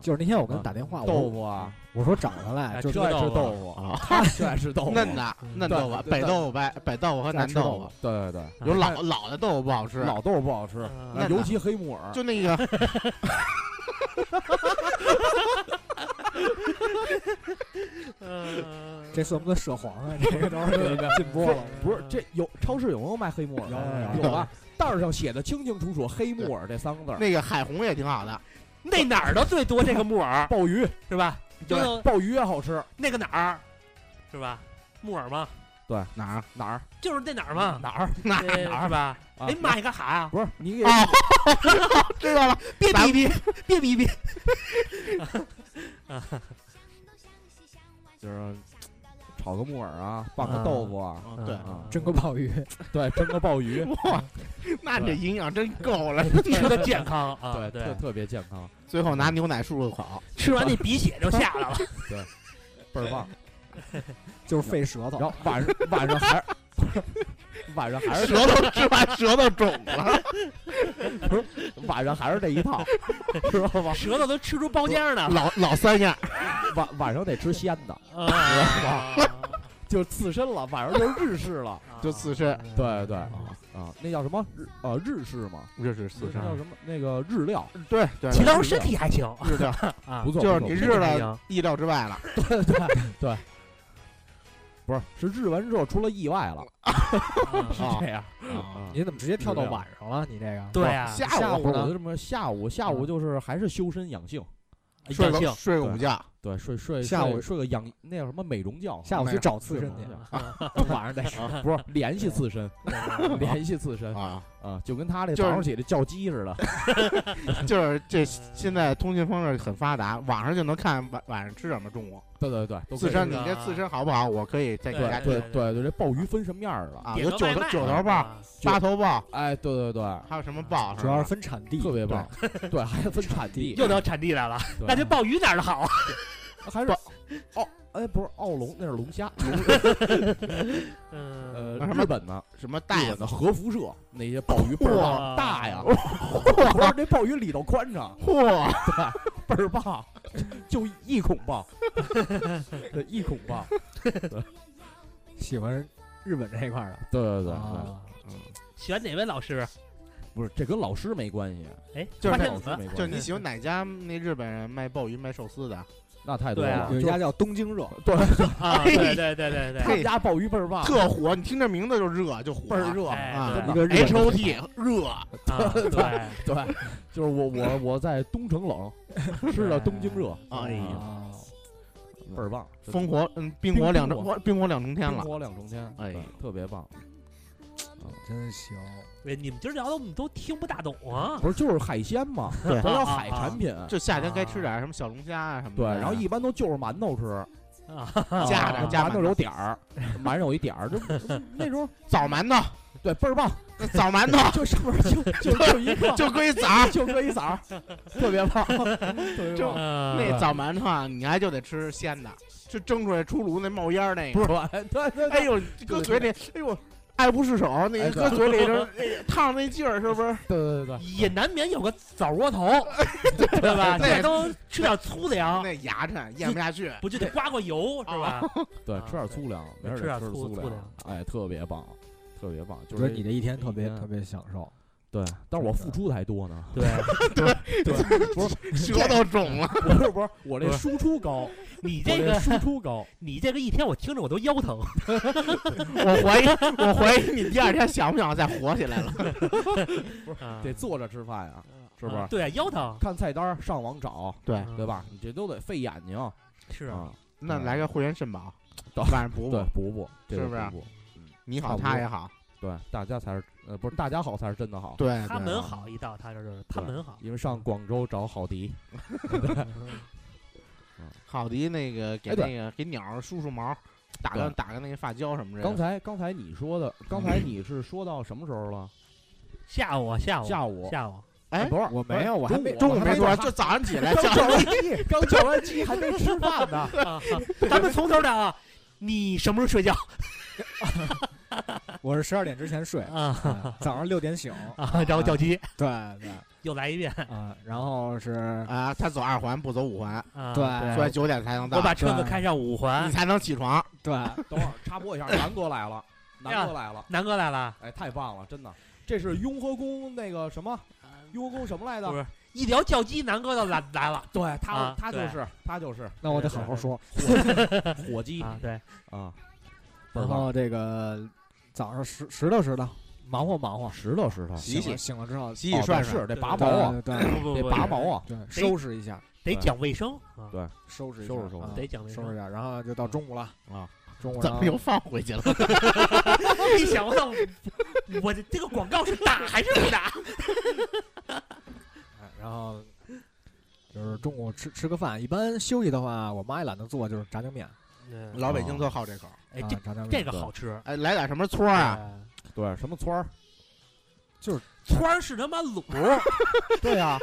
Speaker 3: 就是那天我跟他打电话，我
Speaker 1: 豆
Speaker 3: 说
Speaker 1: 腐啊，
Speaker 3: 我说找他来，
Speaker 5: 哎
Speaker 3: 就
Speaker 1: 就爱吃豆腐
Speaker 6: 啊，
Speaker 1: 他就爱吃豆腐，
Speaker 6: 嫩的嫩豆腐，
Speaker 1: 对
Speaker 6: 北豆腐、白白豆腐和南豆腐，
Speaker 1: 对对对，
Speaker 5: 腐
Speaker 6: 有老老的豆腐不好吃，
Speaker 1: 老豆腐不好吃，呃
Speaker 5: 啊
Speaker 1: 尤其黑木耳，
Speaker 6: 就那个
Speaker 3: 这算不算涉黄啊？这个都是 进
Speaker 1: 不
Speaker 3: 步
Speaker 1: 是
Speaker 3: 了。
Speaker 1: 不是这有超市有没有卖黑木耳的？
Speaker 3: 有有有
Speaker 1: 有吧？袋儿上写的清清楚楚“黑木耳”这三个字儿。
Speaker 6: 那个海虹也挺好的，
Speaker 5: 那哪儿的最多这个木耳
Speaker 1: 鲍鱼，
Speaker 5: 是吧？就
Speaker 1: 鲍鱼也好吃，
Speaker 5: 那个哪儿是吧？木耳嘛，
Speaker 6: 哪儿？
Speaker 1: 哪儿
Speaker 5: 就是那哪儿嘛，
Speaker 1: 哪儿？
Speaker 6: 哪
Speaker 5: 对
Speaker 6: 儿？
Speaker 5: 哪儿吧？
Speaker 1: 啊
Speaker 5: 哎妈，你干啥呀？
Speaker 1: 不是你给
Speaker 6: 哦，知道了，
Speaker 5: 别
Speaker 6: 咱
Speaker 5: 逼逼，别逼逼，
Speaker 1: 就是炒个木耳啊，拌个豆腐啊，
Speaker 6: 哦对，
Speaker 5: 啊
Speaker 3: 蒸个鲍鱼，
Speaker 1: 对，蒸个鲍鱼，
Speaker 6: 哇，那这
Speaker 1: 对
Speaker 6: 营养真够了。
Speaker 5: 吃的健康啊，
Speaker 1: 对，特
Speaker 5: 对，
Speaker 1: 特别健康，
Speaker 6: 最后拿牛奶漱漱口，
Speaker 5: 吃完那鼻血就下来了。
Speaker 1: 倍儿棒。
Speaker 3: 就是费舌头
Speaker 1: 然。后晚上晚上还晚上还是
Speaker 6: 舌头吃完舌头肿了。
Speaker 1: 晚上还是这一套，知道吧？
Speaker 5: 舌头都吃出包浆来了。
Speaker 6: 老 老三样，
Speaker 1: 晚晚上得吃鲜的，
Speaker 5: 啊，
Speaker 1: 就刺身了，晚上就是日式了。
Speaker 6: 就刺身，
Speaker 1: 对对啊，那叫什么日呃日式嘛？
Speaker 6: 这是刺
Speaker 1: 那叫
Speaker 6: 身。
Speaker 1: 什么？那个日料
Speaker 6: 对对，
Speaker 5: 其实身体还行
Speaker 6: 日料
Speaker 5: 啊，
Speaker 1: 不错，
Speaker 6: 就是
Speaker 1: 不
Speaker 6: 你
Speaker 1: 错
Speaker 6: 日料意料之外了。
Speaker 1: 对对对，不是是日完之后出了意外了，
Speaker 5: 啊
Speaker 1: 是这样。
Speaker 6: 啊
Speaker 3: 你怎么直接跳到晚上了？你这个
Speaker 5: 对啊呀，
Speaker 6: 下
Speaker 3: 啊下
Speaker 1: 不
Speaker 3: 午
Speaker 1: 是我就
Speaker 3: 呢？
Speaker 1: 这么下午下午就是还是修身养性，
Speaker 6: 睡
Speaker 5: 养性
Speaker 6: 个睡个午觉，
Speaker 1: 对，睡睡
Speaker 3: 下
Speaker 1: 睡
Speaker 3: 午
Speaker 1: 睡个养那叫什么美容觉，
Speaker 3: 下午去找刺身 去，
Speaker 5: 啊
Speaker 1: 晚上得不是联系刺身， 联系刺身
Speaker 6: 啊，
Speaker 1: 啊，就跟他这
Speaker 6: 就是
Speaker 1: 早上起来叫鸡似的，
Speaker 6: 就是这现在通信方式很发达，网上就能看晚晚上吃什么，中午
Speaker 1: 对对对，都可
Speaker 6: 刺
Speaker 1: 以
Speaker 6: 身，你
Speaker 5: 这个
Speaker 6: 这刺身好不好？我可以再给
Speaker 1: 对
Speaker 6: 大家
Speaker 1: 对
Speaker 5: 对
Speaker 1: 对对，这鲍鱼分什么样儿了？
Speaker 6: 啊，
Speaker 5: 点
Speaker 6: 有
Speaker 5: 个
Speaker 6: 九
Speaker 5: 外
Speaker 6: 头
Speaker 5: 卖
Speaker 6: 九头豹、
Speaker 5: 啊
Speaker 6: 八头豹，
Speaker 1: 哎，对对对，
Speaker 6: 还有什么豹？
Speaker 3: 主要是分产地，
Speaker 1: 特别棒，对，还分产地，
Speaker 5: 又到产地来了，
Speaker 1: 对
Speaker 5: 那这鲍鱼哪儿的好啊？
Speaker 1: 还是澳哎不是澳龙，那是龙虾，
Speaker 5: 嗯，
Speaker 1: 呃
Speaker 6: 那什么
Speaker 1: 日本呢？
Speaker 6: 什么
Speaker 1: 日
Speaker 6: 带
Speaker 1: 本
Speaker 6: 子
Speaker 1: 的？核辐射那些鲍鱼倍儿棒
Speaker 5: 哇
Speaker 1: 大呀， 不是那鲍鱼里头宽敞，
Speaker 6: 嚯，
Speaker 1: 倍儿棒，就一孔棒，对，一孔棒，
Speaker 3: 喜欢日本这一块儿的。
Speaker 1: 对对对对，
Speaker 3: 啊
Speaker 5: 选哪位老师？
Speaker 1: 不是这跟老师没关系，
Speaker 5: 哎，
Speaker 6: 就是
Speaker 5: 发
Speaker 1: 跟
Speaker 5: 现
Speaker 1: 老
Speaker 5: 怎
Speaker 1: 师
Speaker 5: 么
Speaker 1: 没
Speaker 6: 就
Speaker 1: 关系，
Speaker 6: 你喜欢哪家那日本人卖鲍鱼卖寿司的？
Speaker 1: 那太多
Speaker 5: 对
Speaker 1: 了
Speaker 5: 啊，
Speaker 3: 有一家叫东京热，
Speaker 1: 对，
Speaker 5: 啊？对对对对对
Speaker 1: 他们家鲍鱼倍儿棒，
Speaker 6: 特火，你听这名字就热，就火
Speaker 1: 倍儿热
Speaker 5: 哎
Speaker 1: 啊真的
Speaker 3: 一个
Speaker 5: 对，
Speaker 3: 日本
Speaker 6: H O T 热，
Speaker 5: 啊对，
Speaker 1: 对，就是我我我在东城冷吃的东京热，
Speaker 6: 哎呀，
Speaker 3: 啊，
Speaker 1: 倍儿棒，
Speaker 6: 烽火嗯，冰
Speaker 1: 冰
Speaker 6: 火两
Speaker 1: 冰
Speaker 6: 重，冰火两重天
Speaker 1: 冰
Speaker 6: 了。
Speaker 1: 火两重天，
Speaker 6: 哎
Speaker 1: 对特别棒，
Speaker 3: 真行。
Speaker 5: 喂你们今儿聊的我们都听不大懂啊。
Speaker 1: 不是就是海鲜嘛，
Speaker 6: 对啊
Speaker 1: 咱聊海产品，
Speaker 6: 就夏天该吃点什么小龙虾啊什么的。
Speaker 1: 对，然后一般都就是馒头吃，
Speaker 5: 啊，
Speaker 6: 夹着夹
Speaker 1: 馒头
Speaker 6: 馒头
Speaker 1: 有点儿，馒头有一点儿，就那时候
Speaker 6: 枣馒头，
Speaker 1: 对倍儿棒，
Speaker 6: 那枣 馒头
Speaker 1: 就上面就就就一个
Speaker 6: 就搁一枣儿，
Speaker 1: 就搁一勺，特别棒，特别
Speaker 6: 就
Speaker 1: 棒。
Speaker 6: 那
Speaker 5: 那
Speaker 6: 枣馒头啊，你还就得吃鲜的，就蒸出来出炉那冒烟儿那
Speaker 1: 不
Speaker 6: 个。
Speaker 1: 是，对对
Speaker 6: 哎
Speaker 1: 对
Speaker 6: 呦，搁嘴里，哎呦，爱不释手，那
Speaker 1: 哎
Speaker 6: 个
Speaker 1: 对
Speaker 6: 搁嘴里 就是哎呀烫那劲儿，是不是？
Speaker 1: 对对对，
Speaker 5: 也难免有个枣窝头，对吧？
Speaker 6: 对
Speaker 5: 这都吃点粗粮，
Speaker 6: 那牙碜，咽不 下去。
Speaker 5: 不就得刮刮油是吧？
Speaker 1: 对，
Speaker 5: 啊
Speaker 1: 吃点粗粮，没事
Speaker 5: 吃点
Speaker 1: 得吃
Speaker 5: 粗粗
Speaker 1: 粮
Speaker 5: 粮，
Speaker 1: 哎，特别棒，特别棒。就
Speaker 3: 我觉
Speaker 1: 是
Speaker 3: 得你这一天特
Speaker 1: 一
Speaker 3: 别
Speaker 1: 天
Speaker 3: 特别享受，
Speaker 1: 对，但是我付出的还多呢。
Speaker 5: 对，
Speaker 6: 舌头肿了，
Speaker 1: 不是不是，我这
Speaker 5: 不是
Speaker 1: 输出高，
Speaker 5: 你
Speaker 1: 我
Speaker 5: 这个
Speaker 1: 输出高，
Speaker 5: 你这个一天我听着我都腰疼。
Speaker 6: 我怀疑，我怀疑你第二天想不想再火 起来了？
Speaker 5: 啊
Speaker 1: 得坐着吃饭呀，是不
Speaker 5: 啊
Speaker 1: 是？
Speaker 5: 对，腰疼嗯
Speaker 1: 看菜单儿，上网找，
Speaker 6: 对
Speaker 1: 对吧？？你这都得费眼睛啊。
Speaker 5: 是
Speaker 6: 那来个会员肾宝，
Speaker 1: 对
Speaker 6: 晚上补
Speaker 1: 对补
Speaker 6: 补，，
Speaker 1: 补，这个
Speaker 6: 是不是
Speaker 1: 补补
Speaker 6: 你
Speaker 1: 差
Speaker 6: 好
Speaker 1: 不多
Speaker 6: 他也好，
Speaker 1: 对，大家才是呃，不是大家好才是真的好。
Speaker 6: 对，
Speaker 5: 他
Speaker 6: 对
Speaker 5: 们好一到他这就是他们好。
Speaker 1: 因为上广州找好迪，
Speaker 6: 好迪那个给
Speaker 1: 哎对
Speaker 6: 那个给鸟儿梳梳毛，打
Speaker 1: 对
Speaker 6: 个打个那个发胶什么之类
Speaker 1: 刚
Speaker 6: 的。
Speaker 1: 才刚才你说的，刚才你是说到什么时候了？
Speaker 5: 下午下午
Speaker 1: 下午，
Speaker 5: 下午，
Speaker 6: 哎
Speaker 1: 不是，
Speaker 3: 我没有我还
Speaker 1: 中午
Speaker 3: 没
Speaker 6: 中午
Speaker 1: 我还
Speaker 6: 没
Speaker 1: 没
Speaker 6: 说，
Speaker 1: 到
Speaker 6: 就早上起来
Speaker 1: 刚
Speaker 6: 叫
Speaker 1: 叫完鸡，刚叫完 鸡还没吃 饭呢。
Speaker 5: 啊啊咱们从头聊啊。你什么时候睡觉
Speaker 3: 我是十二点之前睡，
Speaker 5: 啊？
Speaker 3: 啊早上六点 醒，
Speaker 5: 啊，然后叫鸡
Speaker 3: 对对
Speaker 5: 又来一遍
Speaker 3: 啊，然后是
Speaker 6: 啊，他走二环不走五环，
Speaker 5: 啊。
Speaker 3: 对
Speaker 6: 所以九点才能到
Speaker 5: 我，把车子
Speaker 3: 对
Speaker 5: 开上五
Speaker 6: 你
Speaker 1: 嗯
Speaker 5: 环。
Speaker 6: 才能起床。
Speaker 3: 对
Speaker 1: 等会儿插播一 下，南哥来了，南哥来了，
Speaker 5: 南哥来了，
Speaker 1: 哎，太棒了，真的，这是雍和宫那个什么，
Speaker 5: 嗯
Speaker 1: 雍和宫什么来
Speaker 5: 不
Speaker 1: 的？
Speaker 5: 是一聊叫鸡，南哥就来来了
Speaker 1: 对他
Speaker 5: 啊，
Speaker 1: 他就
Speaker 5: 对
Speaker 1: 是他就是
Speaker 3: 那我得好好说。
Speaker 1: 火鸡
Speaker 5: 啊。对，
Speaker 1: 啊，倍儿
Speaker 3: 然
Speaker 1: 棒，
Speaker 3: 后这个早上拾拾掇拾掇，忙活忙活，
Speaker 1: 石头石头，
Speaker 6: 洗
Speaker 3: 醒
Speaker 6: 洗
Speaker 3: 了醒了之后，哦
Speaker 6: 洗洗涮涮，
Speaker 1: 是得
Speaker 5: 对
Speaker 1: 拔毛
Speaker 5: 对
Speaker 1: 啊，
Speaker 3: 对对
Speaker 5: 不
Speaker 1: 得
Speaker 5: 不
Speaker 1: 拔
Speaker 5: 不，
Speaker 1: 毛啊，
Speaker 3: 对，收拾一下，
Speaker 5: 得讲卫生啊，
Speaker 1: 对
Speaker 3: 收拾一下，
Speaker 1: 收拾收拾
Speaker 3: 啊
Speaker 5: 得讲卫
Speaker 3: 收拾一
Speaker 5: 生。
Speaker 3: 下，然后就到中午了
Speaker 6: 啊，
Speaker 3: 中午
Speaker 6: 怎么
Speaker 3: 然
Speaker 6: 又
Speaker 3: 后
Speaker 6: 放回去了？
Speaker 5: 一想我操，我这这个广告是打还是不打？
Speaker 3: 哎然后就是中午吃吃个饭，一般休息的话，我妈也懒得做，就是炸酱面，
Speaker 5: 嗯
Speaker 6: 老北京特好这口，
Speaker 5: 哎，
Speaker 3: 啊
Speaker 1: 嗯
Speaker 5: 这
Speaker 3: 炸酱面
Speaker 5: 这个好吃。
Speaker 6: 哦哎，来点什么搓啊？
Speaker 5: 哎
Speaker 1: 对，什么村儿，
Speaker 5: 川儿是他妈卤，
Speaker 6: 对啊，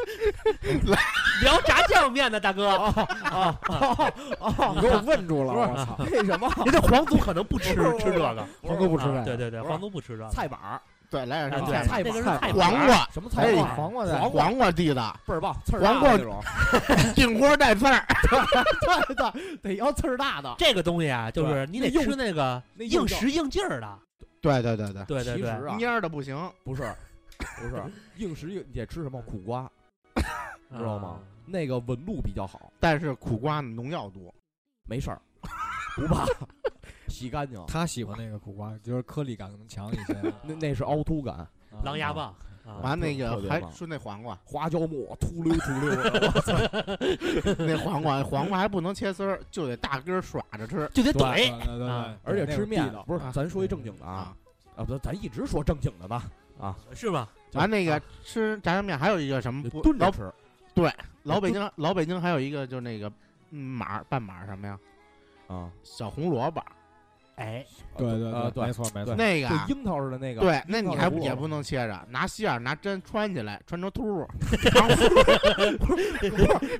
Speaker 5: 聊炸酱面呢，大哥。哦哦
Speaker 3: 你
Speaker 5: 哦，
Speaker 3: 给我问住了，
Speaker 1: 不是
Speaker 3: 我操！
Speaker 1: 为什么？
Speaker 5: 人家皇族可能不吃吃这个，
Speaker 3: 黄哥不吃这个，
Speaker 5: 对对对，
Speaker 6: 不是
Speaker 5: 皇族不吃这个。
Speaker 1: 菜板儿，
Speaker 6: 对，来
Speaker 5: 啊
Speaker 6: 点什
Speaker 5: 对
Speaker 6: 么
Speaker 3: 菜
Speaker 5: 那个是
Speaker 3: 板
Speaker 5: 菜板
Speaker 6: 黄瓜，
Speaker 1: 什么
Speaker 3: 还
Speaker 1: 菜
Speaker 3: 有
Speaker 1: 板儿？
Speaker 3: 黄
Speaker 1: 黄
Speaker 3: 瓜的，
Speaker 1: 瓜
Speaker 6: 黄瓜 地的，
Speaker 1: 倍儿棒，刺儿
Speaker 6: 黄
Speaker 1: 大
Speaker 6: 瓜
Speaker 1: 的那种。
Speaker 6: 顶锅带刺儿，
Speaker 1: 对对，得要刺儿大的。
Speaker 5: 这个东西啊，就是你得
Speaker 1: 那硬
Speaker 5: 吃那个
Speaker 1: 那
Speaker 5: 应
Speaker 1: 硬
Speaker 5: 时应劲儿的。
Speaker 6: 对对对对，
Speaker 5: 对对
Speaker 1: 其实
Speaker 5: 对，
Speaker 1: 啊，
Speaker 6: 蔫儿的不行。
Speaker 1: 不是，不是应时应，你得吃什么苦瓜，
Speaker 5: 知
Speaker 1: 知道吗？那个纹路比较好，
Speaker 6: 但是苦瓜农药多，
Speaker 1: 没 事儿，不怕，洗干净。
Speaker 3: 他喜欢那个苦瓜，就是颗粒感可能强一些。
Speaker 1: 那那是凹凸感，
Speaker 3: 啊
Speaker 5: 狼牙棒啊
Speaker 6: 完那
Speaker 1: 特
Speaker 6: 个
Speaker 1: 别
Speaker 6: 还
Speaker 1: 棒，
Speaker 6: 说那黄瓜
Speaker 1: 花椒末秃溜秃溜的，我操
Speaker 6: 那黄瓜黄瓜还不能切丝儿，就得大根儿耍着吃
Speaker 5: 就得
Speaker 3: 对
Speaker 5: 怼。
Speaker 3: 对对对
Speaker 5: 啊，
Speaker 1: 而且
Speaker 3: 那
Speaker 1: 吃
Speaker 3: 种地
Speaker 1: 面
Speaker 3: 道
Speaker 1: 不是，
Speaker 6: 啊
Speaker 1: 咱
Speaker 5: 嗯
Speaker 1: 说一正经的啊
Speaker 6: 啊。
Speaker 1: 啊，不，咱一直说正经的吧，
Speaker 5: 是吗？
Speaker 6: 完那个
Speaker 1: 啊
Speaker 6: 吃炸酱面还有一个什么
Speaker 1: 就
Speaker 6: 不啊
Speaker 1: 炖着
Speaker 6: 老
Speaker 1: 吃，
Speaker 6: 老北京老北京还有一个就是那个嗯码儿拌码儿什么呀？
Speaker 1: 啊，
Speaker 6: 小红萝卜
Speaker 5: 哎，
Speaker 3: 对对哎
Speaker 1: 啊对
Speaker 3: 没错没错。
Speaker 6: 那个啊
Speaker 1: 就樱桃似的那个，
Speaker 6: 对，那你还
Speaker 1: 胡萝卜
Speaker 6: 也不能切着，拿线儿拿针穿起来，穿成秃噜，然后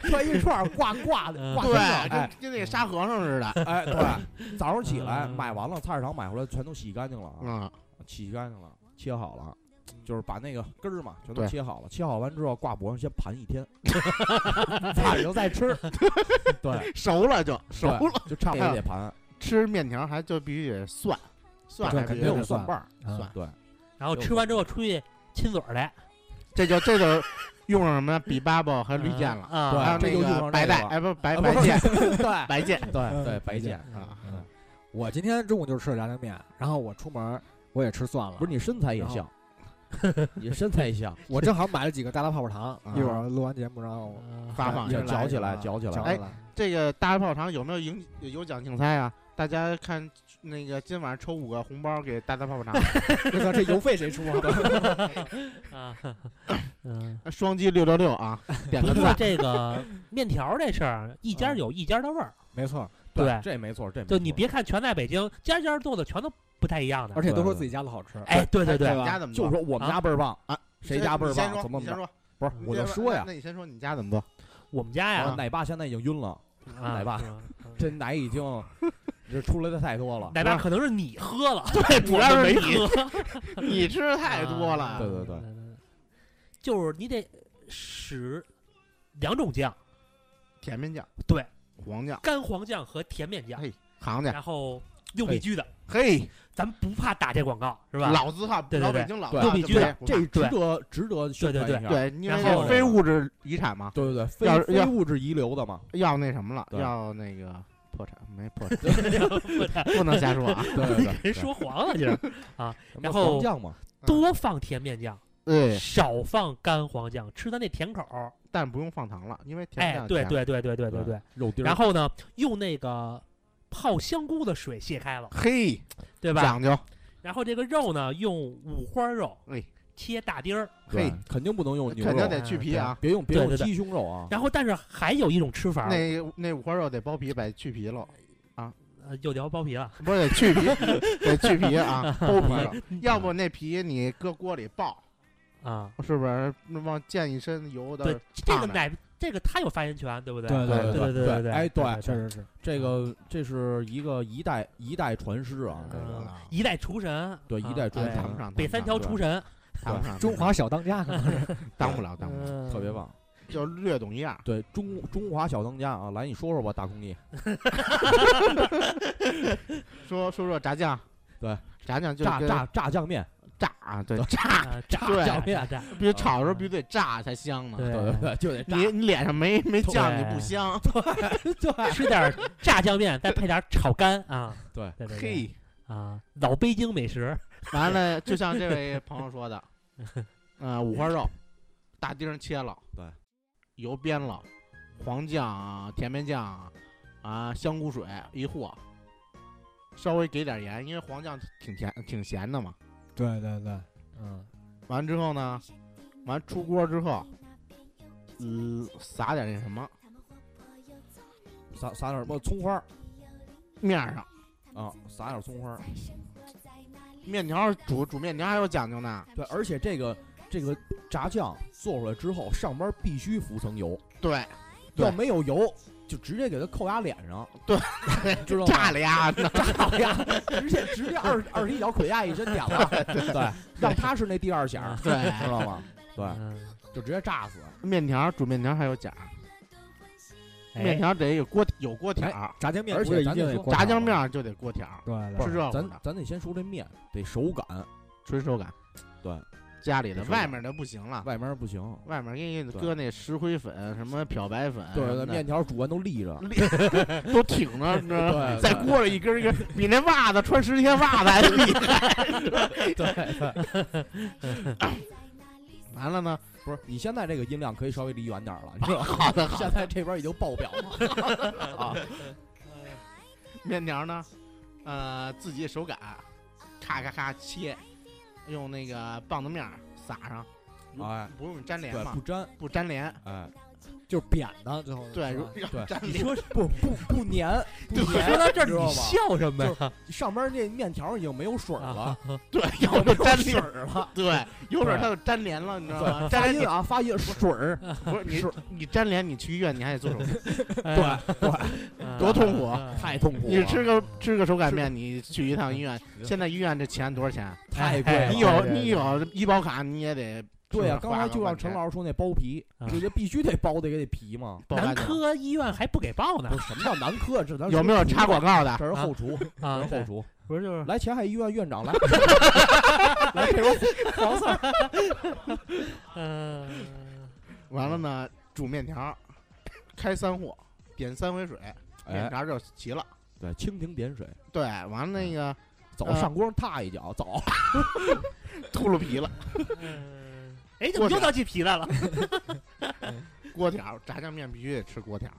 Speaker 1: 穿一串儿挂挂的，
Speaker 5: 嗯
Speaker 1: 挂身上
Speaker 6: 对，
Speaker 1: 哎
Speaker 6: 跟跟那个沙和尚 似的，
Speaker 1: 哎，对，早上起来
Speaker 5: 嗯
Speaker 1: 买完了，菜市场买回来全都洗干净了啊，
Speaker 6: 嗯，
Speaker 1: 洗干净了，切好了，就是把那个根儿嘛，全都
Speaker 6: 对
Speaker 1: 切好了。切好完之后挂脖上，先盘一 天，菜以后再吃。对，
Speaker 6: 熟了就 熟
Speaker 1: 对
Speaker 6: 了。
Speaker 1: 就差不多得盘。
Speaker 6: 吃面条还就必须得蒜，蒜
Speaker 3: 对
Speaker 6: 还必
Speaker 3: 肯
Speaker 6: 须
Speaker 3: 定有
Speaker 6: 得
Speaker 3: 蒜
Speaker 6: 瓣儿，
Speaker 3: 啊
Speaker 6: 蒜，
Speaker 1: 对，
Speaker 5: 然后吃完之后出去亲嘴儿来，
Speaker 6: 这就这就用上什么比巴卜和绿箭了，
Speaker 1: 嗯
Speaker 5: 啊。
Speaker 1: 对
Speaker 6: 还有
Speaker 1: 这
Speaker 6: 那
Speaker 1: 就用上
Speaker 6: 个白
Speaker 1: 这个
Speaker 6: 带，
Speaker 1: 了
Speaker 6: 哎不白
Speaker 1: 啊
Speaker 6: 白
Speaker 1: 不是
Speaker 6: 箭
Speaker 1: 对
Speaker 6: 白箭，
Speaker 1: 对对，
Speaker 3: 嗯
Speaker 1: 白见。
Speaker 6: 啊
Speaker 1: 嗯
Speaker 3: 我今天中午就吃了炸酱面，然后我出门我也吃蒜了。
Speaker 1: 不是你身材也
Speaker 3: 然后
Speaker 1: 像，你身材也像。
Speaker 3: 我正好买了几个大大泡泡糖，
Speaker 6: 啊
Speaker 3: 一会儿录完节目，然后
Speaker 6: 发放
Speaker 1: 嗯也
Speaker 6: 下
Speaker 3: 也
Speaker 6: 来
Speaker 1: 嚼起来，嚼
Speaker 3: 来
Speaker 1: 起来
Speaker 3: 嚼
Speaker 6: 哎
Speaker 3: 起来。
Speaker 6: 这个大炮糖有没有赢有奖竞猜啊？大家看那个今晚上抽五个红包给大大泡泡 糖，
Speaker 3: 我哎操，这邮费谁出啊？
Speaker 5: 啊，嗯，
Speaker 6: 双击六六六啊，点
Speaker 5: 不
Speaker 6: 个
Speaker 5: 过
Speaker 6: 赞。
Speaker 5: 这个面条这事儿，一家有一家的味儿，
Speaker 3: 没错，
Speaker 5: 对
Speaker 1: 这没错，这没
Speaker 5: 就你
Speaker 1: 错
Speaker 5: 别看全在北京，家家做的全都不太一样的
Speaker 3: 而。且都说自己家的好吃。
Speaker 5: 哎，对对
Speaker 6: 你
Speaker 5: 对
Speaker 3: 吧，
Speaker 6: 家怎么
Speaker 1: 就
Speaker 6: 做？
Speaker 1: 说我们家倍儿棒
Speaker 6: 啊，
Speaker 1: 谁家倍儿
Speaker 6: 你先
Speaker 1: 棒，
Speaker 6: 说
Speaker 1: 怎么
Speaker 6: 你
Speaker 1: 怎
Speaker 6: 先
Speaker 1: 么着？
Speaker 6: 说，
Speaker 1: 不是，我就说呀
Speaker 6: 那，你先说你啊家怎 么做？
Speaker 5: 我们家
Speaker 1: 我
Speaker 5: 呀，
Speaker 1: 奶爸现在已经晕了，
Speaker 5: 啊
Speaker 1: 奶爸
Speaker 5: 是吗
Speaker 6: 嗯
Speaker 1: 这奶已经这出来的太多了。
Speaker 5: 奶爸可能是你喝了，
Speaker 6: 对，主
Speaker 5: 我
Speaker 6: 要是
Speaker 5: 们没
Speaker 6: 你
Speaker 5: 喝，
Speaker 6: 你吃的太多
Speaker 5: 啊
Speaker 1: 对
Speaker 6: 了。
Speaker 1: 对对
Speaker 5: 对对，就是你得使两种酱，
Speaker 6: 甜面酱，
Speaker 5: 对，
Speaker 6: 黄酱，
Speaker 5: 干黄酱和甜面酱，
Speaker 6: 嘿，行家，
Speaker 5: 然后六必居的，
Speaker 6: 哎嘿，
Speaker 5: 咱不怕打这广告是 吧？
Speaker 6: 老字号，
Speaker 5: 啊对对
Speaker 6: 老
Speaker 5: 对
Speaker 6: 北京老字
Speaker 1: 对
Speaker 6: 号，
Speaker 5: 六必
Speaker 6: 对
Speaker 5: 居
Speaker 6: 不
Speaker 5: 的
Speaker 6: 对
Speaker 1: 这值
Speaker 5: 对
Speaker 1: 得值得宣传一下。
Speaker 6: 对，因为
Speaker 5: 啊然
Speaker 6: 这
Speaker 5: 后
Speaker 6: 非物质遗产嘛，
Speaker 1: 对对对，非
Speaker 6: 要是
Speaker 1: 非
Speaker 6: 要
Speaker 1: 物质遗留的嘛。
Speaker 6: 要那什么了，
Speaker 1: 对
Speaker 6: 要那个破产，没破产， 不能瞎说 啊。
Speaker 1: 对对对，
Speaker 5: 人说黄了，
Speaker 6: 嗯
Speaker 5: 就是
Speaker 1: 什么
Speaker 5: 然后
Speaker 1: 黄酱嘛，
Speaker 5: 多放甜面酱，
Speaker 6: 对，
Speaker 5: 少放干黄酱，吃它那甜口儿。
Speaker 6: 但不用放糖了，因为甜面
Speaker 5: 哎，
Speaker 6: 酱
Speaker 5: 对
Speaker 6: 甜
Speaker 5: 对对对对对对。
Speaker 1: 肉丁儿，
Speaker 5: 然后呢，用那个泡香菇的水卸开了，
Speaker 6: 嘿，
Speaker 5: 对吧？
Speaker 6: 讲究，
Speaker 5: 然后这个肉呢，用五花肉
Speaker 6: 哎
Speaker 5: 切大丁儿。
Speaker 1: 对
Speaker 6: 嘿，
Speaker 1: 肯定不能用牛
Speaker 6: 肯定
Speaker 1: 肉，
Speaker 6: 得去皮啊。
Speaker 1: 别用别用
Speaker 5: 对对对
Speaker 1: 鸡胸肉啊。
Speaker 5: 然后，但是还有一种吃法，
Speaker 6: 那那五花肉得剥皮，把去皮喽，
Speaker 5: 呃又聊包皮了。
Speaker 6: 不是得去皮， 得去皮啊，剥 皮了，要不那皮你搁锅里爆，
Speaker 5: 啊，
Speaker 6: 是不是？那往溅一身油
Speaker 5: 对
Speaker 6: 的，，
Speaker 5: 这个
Speaker 6: 烫的
Speaker 5: 奶，这个他有发言权，对不对？
Speaker 3: 对
Speaker 1: 对
Speaker 5: 对
Speaker 1: 对
Speaker 5: 对对
Speaker 1: 哎
Speaker 5: 对
Speaker 1: 对，
Speaker 3: 确实是。
Speaker 1: 这个这是一个一代一代传师啊，这个
Speaker 5: 嗯一代厨神，
Speaker 1: 对
Speaker 5: 啊
Speaker 1: 一代厨
Speaker 6: 哎
Speaker 1: 神
Speaker 6: 当不上，
Speaker 5: 北三条
Speaker 1: 对
Speaker 5: 厨神，
Speaker 6: 当不上，
Speaker 3: 中华小当家可能是
Speaker 6: 当不了，当不了，
Speaker 5: 嗯
Speaker 1: 特别。棒。
Speaker 6: 就略懂一二。
Speaker 1: 对中中华小当家啊，来你说说吧，大公鸡。
Speaker 6: 说说说炸酱，
Speaker 1: 对，
Speaker 6: 炸酱就
Speaker 1: 炸
Speaker 6: 跟
Speaker 1: 炸炸酱面，
Speaker 6: 炸啊，对炸，
Speaker 5: 啊炸
Speaker 6: 对
Speaker 5: 酱面，炸
Speaker 6: 必须炒的时候必须得炸才香呢。
Speaker 5: 对
Speaker 1: 对对对，就得炸
Speaker 6: 你你脸上没没酱，
Speaker 5: 对
Speaker 6: 你不 香。
Speaker 5: 吃点儿炸酱面，再配点儿炒肝啊，
Speaker 1: 对
Speaker 5: 对对对
Speaker 6: 嘿，
Speaker 5: 啊，老北京美食，
Speaker 6: 完了，就像这位朋友说的， 呃，五花肉，大丁儿切了，
Speaker 1: 对，
Speaker 6: 油煸了，啊黄酱、甜面酱啊，香菇水一和，稍微给点盐，因为黄酱挺甜挺咸的嘛。
Speaker 3: 对对对，
Speaker 6: 嗯，完之后呢，啊完出锅之后，嗯，撒点那什么
Speaker 1: 撒撒点什么葱花儿
Speaker 6: 面儿上，
Speaker 1: 啊，撒点葱花儿。
Speaker 6: 面条儿煮煮面条儿还有讲究呢。
Speaker 1: 对，而且这个这个炸酱做出来之后，上边必须浮层油，
Speaker 6: 对，对
Speaker 1: 要没有油就直接给它扣压脸上，
Speaker 6: 对，
Speaker 1: 知道吗？
Speaker 6: 炸了呀！
Speaker 1: 炸了呀，直接直接二二十一脚捆压一针点了，对， 让他是那第二响，
Speaker 6: 对
Speaker 1: 知道吗？对，
Speaker 5: 嗯
Speaker 1: 就直接炸死。
Speaker 6: 面条儿煮面条儿还有讲，
Speaker 5: 哎
Speaker 6: 面条儿得有锅有锅条儿，
Speaker 3: 炸酱面
Speaker 1: 而
Speaker 3: 不
Speaker 1: 且
Speaker 3: 是一
Speaker 1: 咱
Speaker 3: 定
Speaker 1: 得
Speaker 3: 得
Speaker 1: 说
Speaker 3: 光
Speaker 6: 炸
Speaker 3: 烤
Speaker 6: 酱
Speaker 3: 吗
Speaker 6: 面，儿就得锅条儿，
Speaker 3: 对
Speaker 1: 不
Speaker 3: 对
Speaker 6: 哎是热乎
Speaker 1: 咱
Speaker 6: 的
Speaker 1: 咱得先说这面得手感，
Speaker 6: 纯手感。
Speaker 1: 对，
Speaker 6: 家里的
Speaker 1: 纯手感
Speaker 6: 外面的不行了，
Speaker 1: 外面不行。
Speaker 6: 外面给你
Speaker 1: 对
Speaker 6: 搁那石灰粉、什么漂白粉，
Speaker 1: 对
Speaker 6: 什
Speaker 1: 对，
Speaker 6: 么的
Speaker 1: 面条煮完都立着，
Speaker 6: 都挺 着，你知道吗？
Speaker 1: 对
Speaker 6: 在
Speaker 1: 对
Speaker 6: 锅里一根一根， 比那袜子穿十天袜子 还厉害。
Speaker 1: 对，
Speaker 6: 完了呢，
Speaker 1: 不是你现在这个音量可以稍微离远点儿了，你知道吗？
Speaker 6: 好的好
Speaker 1: 现
Speaker 6: 的，
Speaker 1: 在这边已经爆表 了，
Speaker 6: 面条呢，呃，自己手感，咔咔咔切，用那个棒子面儿撒上，
Speaker 1: 哎，
Speaker 6: 不用粘连
Speaker 1: 对，
Speaker 6: 嘛
Speaker 1: 不，粘，
Speaker 6: 不粘连，
Speaker 1: 哎，
Speaker 3: 就是扁的，最后
Speaker 6: 对，
Speaker 3: 是
Speaker 6: 如
Speaker 3: 吧
Speaker 1: 对
Speaker 6: 要粘
Speaker 5: 你
Speaker 6: 连。
Speaker 5: 说
Speaker 1: 不不不粘，不
Speaker 6: 对
Speaker 1: 粘
Speaker 5: 说到这儿，
Speaker 1: 知道
Speaker 5: 你
Speaker 1: 吧
Speaker 5: 笑什么呀？
Speaker 1: 上边这面条已经没有水了
Speaker 5: 啊，，
Speaker 6: 对， 要不就粘
Speaker 1: 水
Speaker 6: 连
Speaker 1: 儿了。
Speaker 6: 对，有准它就粘连了，你知道吗？
Speaker 1: 发
Speaker 6: 粘连
Speaker 1: 音
Speaker 6: 你
Speaker 1: 啊，发音水儿，
Speaker 6: 不是你你粘连，你去医院你还得做手 术，啊
Speaker 5: 哎
Speaker 1: 对对，
Speaker 6: 多痛苦
Speaker 5: 啊
Speaker 1: 太痛苦了。
Speaker 6: 你吃个吃个手擀面，你去一趟医院，现在医院这钱多少钱？啊
Speaker 1: 太贵了
Speaker 6: 你
Speaker 5: 哎
Speaker 6: 有
Speaker 5: 对对
Speaker 6: 你有医保卡，你也得
Speaker 1: 对呀、
Speaker 6: 是不
Speaker 1: 刚
Speaker 6: 是花
Speaker 1: 才
Speaker 6: 个
Speaker 1: 就让
Speaker 6: 万
Speaker 1: 陈
Speaker 6: 钱
Speaker 1: 老师说那剥皮，
Speaker 5: 啊
Speaker 1: 就这必须得剥得给得皮嘛。
Speaker 6: 报
Speaker 5: 男
Speaker 6: 案去了
Speaker 5: 科医院还不给报呢
Speaker 1: 不是什么叫男科？啊 这咱
Speaker 6: 有没有插广
Speaker 1: 告？
Speaker 6: 告的？
Speaker 1: 这是后厨，
Speaker 5: 啊
Speaker 1: 这！是后
Speaker 5: 对
Speaker 1: 厨。
Speaker 5: 不是就是
Speaker 1: 来，前海医院院长来，来这边黄色儿。
Speaker 5: 嗯，
Speaker 6: 完了呢，煮面条儿，开三货，点三回水，面
Speaker 1: 哎，
Speaker 6: 条儿就齐了。
Speaker 1: 对，蜻蜓点水，
Speaker 6: 对，完了那 个
Speaker 1: 走
Speaker 6: 嗯
Speaker 1: 上锅踏一脚，走。
Speaker 6: 秃噜皮了，
Speaker 5: 嗯哎，怎么又
Speaker 6: 我
Speaker 5: 到鸡皮来了？
Speaker 6: 锅条儿炸酱面必须得吃锅条儿，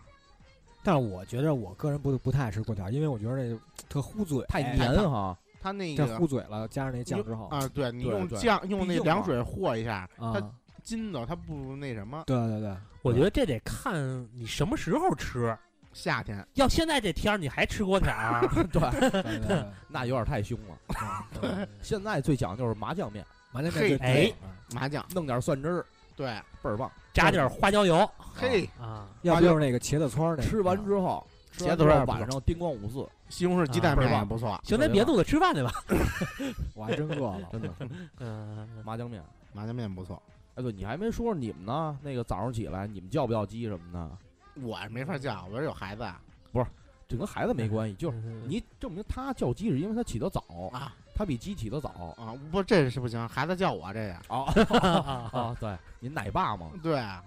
Speaker 3: 但是我觉得我个人不不太爱吃锅条，因为我觉得那特糊嘴，
Speaker 1: 太
Speaker 3: 哎
Speaker 1: 黏哈，
Speaker 6: 它那
Speaker 3: 这糊
Speaker 6: 个
Speaker 3: 嘴了，加上那酱之后
Speaker 6: 啊，对你
Speaker 1: 对
Speaker 6: 用
Speaker 1: 对
Speaker 6: 酱用
Speaker 1: 毕
Speaker 6: 那
Speaker 1: 竟
Speaker 6: 凉
Speaker 1: 嘛
Speaker 6: 水和一下，
Speaker 3: 啊
Speaker 6: 它筋道它不那什么。
Speaker 3: 对对对，
Speaker 5: 我觉得这得看你什么时候吃。
Speaker 6: 夏天
Speaker 5: 要现在这天儿你还吃锅条儿，
Speaker 1: 对，
Speaker 3: 对对对
Speaker 1: 那有点太凶了。
Speaker 3: 嗯
Speaker 1: 现在最讲究是麻酱面，
Speaker 3: 麻酱面
Speaker 6: 嘿
Speaker 3: 最
Speaker 5: 哎
Speaker 3: 对嗯
Speaker 6: 麻酱，
Speaker 1: 弄点蒜汁儿，
Speaker 6: 对，
Speaker 1: 倍儿棒。
Speaker 5: 加点儿花椒油
Speaker 6: 嘿，
Speaker 5: 啊，
Speaker 3: 要
Speaker 6: 麻
Speaker 3: 不
Speaker 6: 酱
Speaker 3: 就是那个茄子葱儿那个，
Speaker 1: 吃完之后，吃完
Speaker 6: 茄
Speaker 1: 之
Speaker 6: 子味
Speaker 1: 后
Speaker 6: 儿不
Speaker 1: 晚上叮咣五四，
Speaker 6: 西红柿鸡
Speaker 5: 啊
Speaker 6: 蛋
Speaker 1: 倍儿
Speaker 6: 面也
Speaker 1: 棒
Speaker 6: 不错，
Speaker 5: 行，咱别肚子吃饭去吧。
Speaker 3: 我还真饿了，
Speaker 1: 真的
Speaker 5: 嗯，
Speaker 1: 麻酱面。
Speaker 6: 麻酱面不错。
Speaker 1: 哎，对，你还没说说你们呢？那个早上起来，你们叫不叫鸡什么的？
Speaker 6: 我没法叫，我是有孩子啊
Speaker 1: 这跟孩子没关系，就是
Speaker 5: 你
Speaker 1: 你证明他叫鸡是因为他起得早，
Speaker 6: 啊
Speaker 1: 他比鸡起得早。
Speaker 6: 啊！不，这是不行，孩子叫我这个，
Speaker 1: 哦
Speaker 5: 啊
Speaker 1: 啊，对，您奶爸嘛，
Speaker 6: 对啊，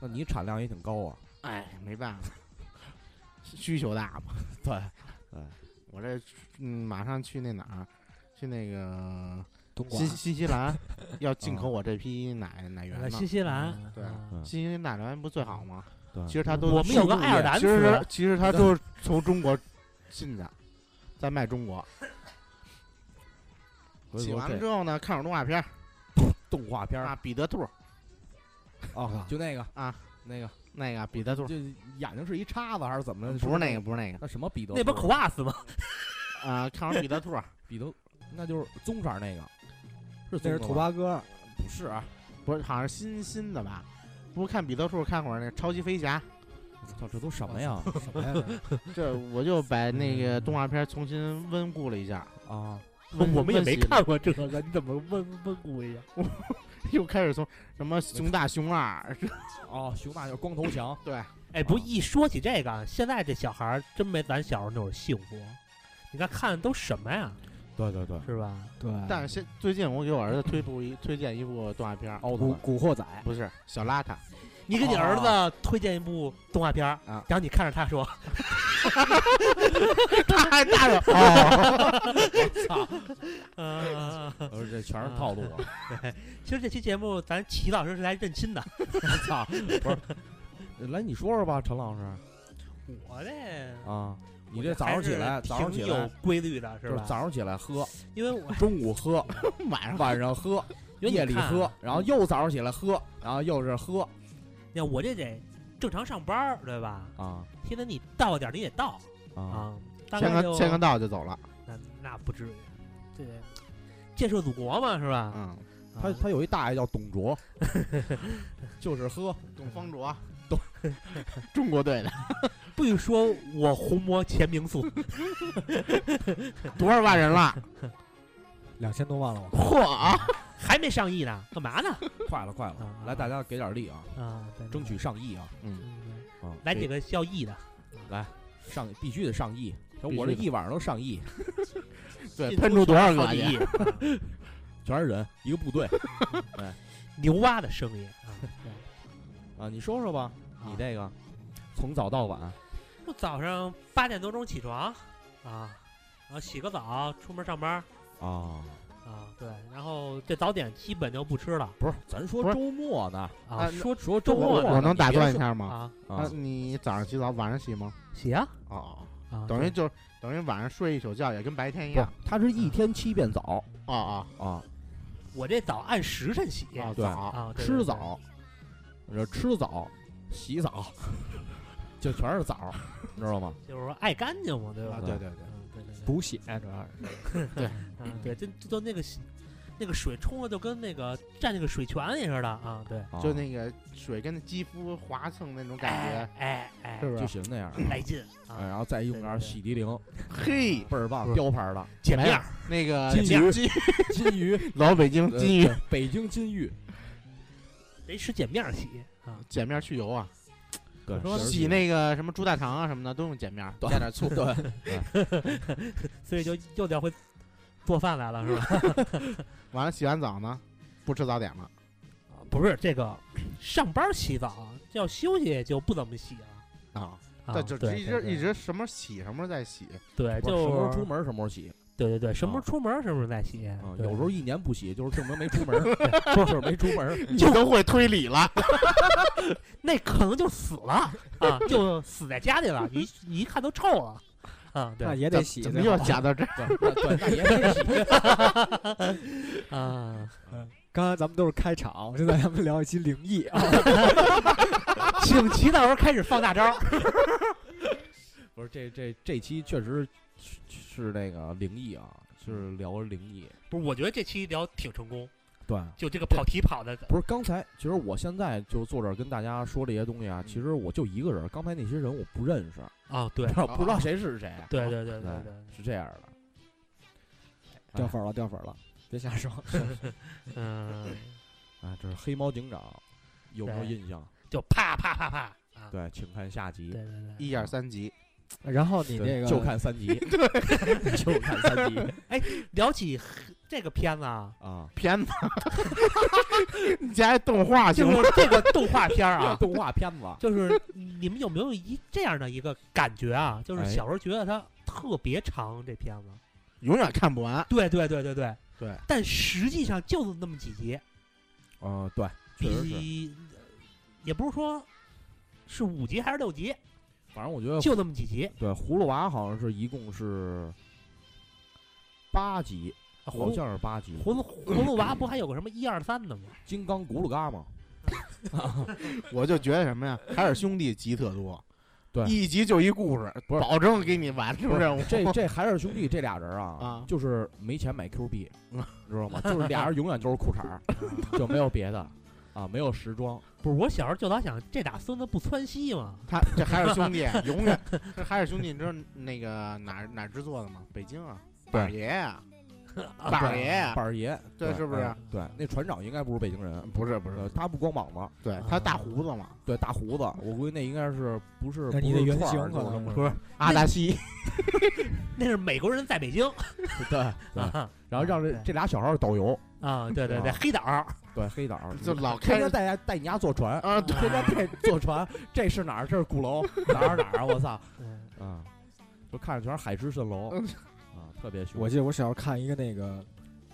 Speaker 1: 那你产量也挺高啊。
Speaker 6: 哎，没办法，需求大嘛。
Speaker 1: 对，对，
Speaker 6: 我这嗯，马上去那哪儿，去那个
Speaker 3: 东莞
Speaker 6: 新新西兰，要进口我这批奶奶源呢
Speaker 5: 新。西兰
Speaker 3: 嗯，
Speaker 6: 对
Speaker 5: 啊
Speaker 1: 嗯
Speaker 6: 新西兰奶源不最好吗？
Speaker 1: 对
Speaker 6: 其实它都
Speaker 5: 我们有个
Speaker 1: 是
Speaker 5: 爱尔兰
Speaker 6: 其实
Speaker 5: 词，
Speaker 6: 其实它都是从中国进的，在卖中国。
Speaker 1: 所以
Speaker 6: 洗
Speaker 1: 说
Speaker 6: 完了之
Speaker 1: 这
Speaker 6: 后呢，看会儿动画片儿
Speaker 1: 动画片儿
Speaker 6: 啊，彼得兔
Speaker 1: 啊，就那个
Speaker 6: 啊，
Speaker 1: 那个
Speaker 6: 那个彼得兔，
Speaker 1: 就眼睛是一叉子还是怎么着？
Speaker 6: 不是那个，，不是那个
Speaker 1: 那什么彼得？
Speaker 5: 那不
Speaker 1: 口
Speaker 5: Cross 吗？
Speaker 6: 啊，看会儿彼得兔，
Speaker 1: 彼得，那就是棕色儿那个，是
Speaker 3: 那是
Speaker 1: 土
Speaker 3: 土巴哥，
Speaker 1: 不是啊？
Speaker 6: 不是好像是新新的吧？不是看彼得兔，看会儿那超级飞 侠。
Speaker 1: 我操，这都什么呀？
Speaker 3: 什么呀？
Speaker 6: 这我就把那个动画片重新温故了一下，
Speaker 1: 啊，
Speaker 6: 温
Speaker 5: 我们也没，看
Speaker 6: 温
Speaker 5: 过这个，你怎么问问过一下？
Speaker 6: 习又开始从什么熊大熊二，
Speaker 1: 哦，熊大就是光头强，
Speaker 6: 对，
Speaker 5: 哎，不
Speaker 1: 啊
Speaker 5: 一说起这个啊，现在这小孩儿真没咱小时候那种幸福。你看看的都什么呀，
Speaker 1: 对对对，
Speaker 5: 是吧？
Speaker 3: 对，
Speaker 6: 但是现最近我给我儿子推部一推荐一部动画片儿，
Speaker 1: 奥特
Speaker 3: 古
Speaker 1: 曼。
Speaker 3: 古惑仔，
Speaker 6: 不是小邋遢，
Speaker 5: 你给你儿
Speaker 1: 哦
Speaker 5: 子推荐一部动画片儿
Speaker 6: 啊
Speaker 5: 然后你看着 他说，
Speaker 6: 他还大着哦，
Speaker 1: 哦
Speaker 5: 呃，
Speaker 1: 呃，这全是套路啊！
Speaker 5: 其实这期节目咱齐老师是来认亲的，
Speaker 1: 操，不是，来你说说吧，陈老师
Speaker 5: 我这
Speaker 1: 啊，你这早上起来，
Speaker 5: 还是
Speaker 1: 早上起
Speaker 5: 挺
Speaker 1: 来
Speaker 5: 有规律的
Speaker 1: 就是是
Speaker 5: 吧？
Speaker 1: 早上起来喝，
Speaker 5: 因为我
Speaker 1: 中午喝，
Speaker 6: 晚上
Speaker 1: 晚上喝，
Speaker 5: 因为
Speaker 1: 夜
Speaker 5: 你
Speaker 1: 里
Speaker 5: 看啊
Speaker 1: 喝，然后又早上起来喝，然后又是喝
Speaker 5: 你看我这得正常上班儿对吧？
Speaker 1: 啊
Speaker 5: 现在你到点儿你也到
Speaker 1: 啊！
Speaker 5: 啊，大
Speaker 6: 签
Speaker 5: 概
Speaker 6: 个
Speaker 5: 就
Speaker 6: 签个到就走了。
Speaker 5: 那那不至于，对，建设祖国嘛是吧？
Speaker 6: 嗯，
Speaker 5: 啊
Speaker 1: 他他有一大爷叫董卓， 就是喝，
Speaker 6: 董方卓，
Speaker 1: 董
Speaker 6: 中国 队的，
Speaker 5: 不许说我红魔钱明素，
Speaker 6: 多少万人了？
Speaker 3: 两千多万了，我靠
Speaker 6: 嚯啊！
Speaker 5: 还没上亿呢，干嘛呢？
Speaker 1: 快了快了
Speaker 5: 啊，
Speaker 1: 来大家给点力啊，
Speaker 5: 啊，对
Speaker 1: 争取。上亿啊
Speaker 5: 对
Speaker 6: 嗯，
Speaker 5: 对对
Speaker 1: 啊！
Speaker 5: 来
Speaker 1: 给
Speaker 5: 几个叫亿的，
Speaker 1: 上必须得上亿，
Speaker 6: 必须
Speaker 1: 我这
Speaker 6: 的
Speaker 1: 一晚上都上亿，
Speaker 6: 对，
Speaker 5: 进
Speaker 6: 喷出多少
Speaker 5: 好
Speaker 6: 个
Speaker 5: 几
Speaker 6: 去？
Speaker 5: 亿，
Speaker 1: 全是人，一个部队
Speaker 5: 牛蛙的生意啊！对
Speaker 1: 啊！你说说吧，你这个从早到晚，
Speaker 5: 就早上八点多钟起床啊，然后洗个澡，出门上班
Speaker 1: 啊，
Speaker 5: 啊，对，然后这早点基本就不吃了
Speaker 1: 不是，咱说
Speaker 6: 不是
Speaker 1: 周末呢，
Speaker 5: 啊，
Speaker 6: 啊
Speaker 5: 说
Speaker 1: 说周
Speaker 5: 周末
Speaker 1: 末呢，
Speaker 6: 我能打断一
Speaker 1: 你
Speaker 6: 下吗？
Speaker 5: 啊，
Speaker 1: 别说啊？
Speaker 6: 那你早上洗澡，晚上洗吗？
Speaker 5: 洗啊，
Speaker 6: 哦，
Speaker 5: 啊，
Speaker 6: 等于
Speaker 5: 对
Speaker 6: 就是等于晚上睡一宿觉，也跟白天一
Speaker 1: 不
Speaker 6: 样。，
Speaker 1: 他是一天七遍早
Speaker 6: 哦哦
Speaker 1: 啊，
Speaker 5: 我这早按时辰洗
Speaker 6: 哦，
Speaker 1: 对
Speaker 6: 早
Speaker 5: 啊，对
Speaker 1: 吃，早，这吃早，洗澡， 就全是早，你知道吗？
Speaker 5: 对对就是说爱干净嘛，对吧
Speaker 6: 啊，？对对对，
Speaker 5: 嗯对对对
Speaker 3: 补血主要是。
Speaker 5: 啊， 对，这这就那个洗那个水冲了就跟那个蘸那个水泉也似的啊，对，
Speaker 1: 啊
Speaker 6: 就那个水跟肌肤滑蹭那种感
Speaker 5: 哎哎哎
Speaker 6: 觉，是，不？
Speaker 1: 就是行那样，
Speaker 5: 来劲
Speaker 1: 哎，
Speaker 5: 啊，
Speaker 1: 然后再用点
Speaker 5: 对对对
Speaker 1: 洗涤灵，
Speaker 6: 嘿，
Speaker 1: 倍儿棒，
Speaker 5: 不是
Speaker 1: 标牌的
Speaker 5: 碱面儿
Speaker 6: 没有那个
Speaker 1: 呃金鱼
Speaker 6: 金
Speaker 1: 金鱼，
Speaker 6: 老北京
Speaker 1: 呃
Speaker 6: 金鱼
Speaker 1: 对北京金鱼，
Speaker 5: 得使碱面儿洗啊，
Speaker 6: 碱面去油啊，
Speaker 1: 对，
Speaker 5: 说
Speaker 1: 是
Speaker 6: 洗那个什么猪大肠啊什么的都用碱面，
Speaker 1: 对
Speaker 6: 加 点醋。
Speaker 1: 对，
Speaker 5: 所以就又得会做饭来了，是吧？
Speaker 6: 完了洗完澡呢，不吃早点了。
Speaker 5: 啊，不是这个，上班洗澡要休息就不怎么洗了。
Speaker 6: 啊，
Speaker 5: 啊
Speaker 6: 这就
Speaker 5: 对
Speaker 6: 一
Speaker 5: 对
Speaker 6: 直
Speaker 5: 对
Speaker 6: 一直什么洗什么时候再洗，
Speaker 5: 对，
Speaker 1: 不
Speaker 5: 就是
Speaker 1: 什么时候
Speaker 5: 是
Speaker 1: 出，门什么时候洗
Speaker 5: 对对对，什么时
Speaker 1: 啊
Speaker 5: 候出门什么时候再洗
Speaker 1: 啊，，
Speaker 5: 对
Speaker 1: 有时候一年不洗就是证明没出门， 就是没出 门，
Speaker 6: 你都会推理了。
Speaker 5: 那可能就死了啊，就死在家里了，你你一看都臭了啊，
Speaker 3: 那
Speaker 5: 对
Speaker 3: 也得洗，
Speaker 6: 怎么又夹到这儿？
Speaker 1: 对对，那也得洗。
Speaker 5: 啊，
Speaker 3: 刚才咱们都是开场，现在咱们聊一期灵异啊，
Speaker 5: 请齐到时候开始放大招儿，
Speaker 1: 不是这这这期确实是是那个灵异啊，就是聊灵异。
Speaker 5: 不是？我觉得这期聊挺成功，
Speaker 1: 对，
Speaker 5: 就这个跑题跑的，
Speaker 1: 不是刚才，其实我现在就坐这儿跟大家说这些东西啊，
Speaker 5: 嗯
Speaker 1: 其实我就一个人儿，刚才那些人我不认识，
Speaker 5: 啊，对
Speaker 1: 然后不知道谁是谁。
Speaker 5: 对对
Speaker 1: 对
Speaker 5: 对对对，哎
Speaker 1: 是这样的。
Speaker 3: 掉粉了，掉粉了，别瞎说。
Speaker 5: 嗯，
Speaker 1: 哎，这是黑猫警长，有没有
Speaker 5: 对
Speaker 1: 印象？
Speaker 5: 就啪啪啪啪啊，
Speaker 1: 对，请看下集
Speaker 5: 对。对对，
Speaker 6: 一点三级，
Speaker 3: 然后你
Speaker 1: 对
Speaker 3: 这个
Speaker 1: 就看三 集，就看三 集
Speaker 5: 聊起黑这个片子啊，
Speaker 1: 啊！
Speaker 6: 片子， 你加一动画行
Speaker 5: 就
Speaker 6: 吗？
Speaker 5: 是这个动画片儿啊，
Speaker 1: 动画片 子，
Speaker 5: 就是你们有没有一这样的一个感觉啊？就是
Speaker 1: 哎
Speaker 5: 小时候觉得它特别长，这片子。
Speaker 6: 永远看不完。
Speaker 5: 对对对对对
Speaker 6: 对。
Speaker 5: 但实际上就是那么几集，
Speaker 1: 嗯，对，确实是。
Speaker 5: 比也不是说是五集还是六集，
Speaker 1: 反正我觉得
Speaker 5: 就那么几集。
Speaker 1: 对，葫芦娃好像是一共是八集，好
Speaker 5: 啊葫芦
Speaker 1: 像是八集。
Speaker 5: 葫芦葫芦娃不还有个什么一二三的 吗？
Speaker 1: 金刚轱辘嘎嘛，
Speaker 6: 我就觉得什么呀，海尔兄弟集特多，
Speaker 1: 对
Speaker 6: 一集就一故事，
Speaker 1: 不是
Speaker 6: 保证给你 完成任务。
Speaker 1: 这这海尔兄弟这俩人啊
Speaker 6: 啊，
Speaker 1: 就是没钱买 Q 币，
Speaker 6: 嗯
Speaker 1: 知道吗？就是俩人永远都是裤衩儿，就没有别的啊，没有时装。
Speaker 5: 啊不是，我小时候就老想，这俩孙子不窜稀吗？
Speaker 6: 他这海尔兄弟永 远，这海尔兄弟你知道那个哪儿哪儿制作的吗？北京啊，
Speaker 1: 对
Speaker 6: 板儿爷啊，板儿爷 啊，
Speaker 1: 板儿爷，
Speaker 6: 对是不嗯是
Speaker 1: 哎对，那船长应该不是北京人，
Speaker 6: 不是不啊
Speaker 1: 呃
Speaker 6: 是，
Speaker 1: 他不光膀子，
Speaker 6: 对他大胡子嘛，
Speaker 1: 对，大胡子，我估计那应该是不是
Speaker 3: 那你
Speaker 1: 不
Speaker 3: 的
Speaker 1: 是
Speaker 3: 原
Speaker 1: 串
Speaker 3: 型
Speaker 1: 儿
Speaker 3: 可
Speaker 1: 就是
Speaker 3: 能
Speaker 1: 那么
Speaker 3: 不是
Speaker 6: 阿达西，
Speaker 5: 那是美国人在北京
Speaker 1: 对，
Speaker 5: 啊
Speaker 1: 然后让这
Speaker 5: 对
Speaker 1: 这俩小孩儿导游，
Speaker 5: 啊，对对对，黑岛儿
Speaker 1: 对，黑岛儿
Speaker 6: 就老
Speaker 1: 天
Speaker 6: 开
Speaker 1: 天带家带你家坐船，
Speaker 6: 啊，对
Speaker 1: 天天带坐船，这是哪儿？这是鼓楼，哪儿哪儿啊？我操！
Speaker 5: 嗯
Speaker 1: 啊，就看着全是海市蜃楼
Speaker 6: 嗯
Speaker 1: 啊，特别凶。
Speaker 3: 我记得我小时候看一个那个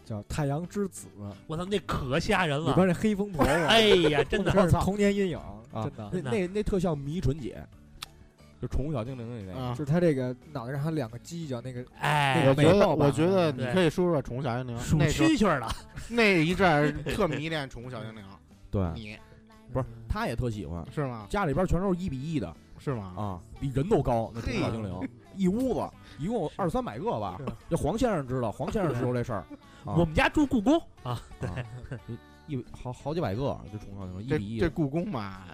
Speaker 3: 叫《太阳之子》，
Speaker 5: 我操，那可吓人
Speaker 3: 里
Speaker 5: 了！
Speaker 3: 边那黑疯婆 婆，
Speaker 5: 哎呀，真的
Speaker 1: 我
Speaker 3: 这是
Speaker 1: 操
Speaker 3: 童年阴影，
Speaker 1: 啊
Speaker 3: 真，的
Speaker 1: 那那那特像迷纯姐，就宠物小精灵里那个，
Speaker 6: 啊
Speaker 3: 就。是他这个脑袋上还有两个犄角，那个
Speaker 5: 哎，
Speaker 6: 我觉
Speaker 3: 美
Speaker 6: 得，
Speaker 3: 爆吧
Speaker 6: 我觉得你
Speaker 5: 对
Speaker 6: 可以说说《宠物小精灵》
Speaker 5: 属
Speaker 6: 啊那时候
Speaker 5: 蛐蛐儿了，
Speaker 6: 那一阵儿特迷恋《宠物小精灵》，
Speaker 1: 对，
Speaker 6: 你
Speaker 1: 不是他也特喜欢，
Speaker 6: 是吗？
Speaker 1: 家里边全都是一比一的
Speaker 6: 是吗？
Speaker 1: 啊，比人都高，那宠
Speaker 6: 嘿
Speaker 1: 物小精灵一屋子一共有二三百个吧
Speaker 3: 是，
Speaker 1: 这黄先生知道，黄先生知道这 事儿，啊
Speaker 5: 我们家住故宫啊，对
Speaker 1: 啊一好好几百个这宠物小精灵一
Speaker 6: 这
Speaker 1: 比一
Speaker 6: 这
Speaker 1: 的，
Speaker 6: 故宫吧，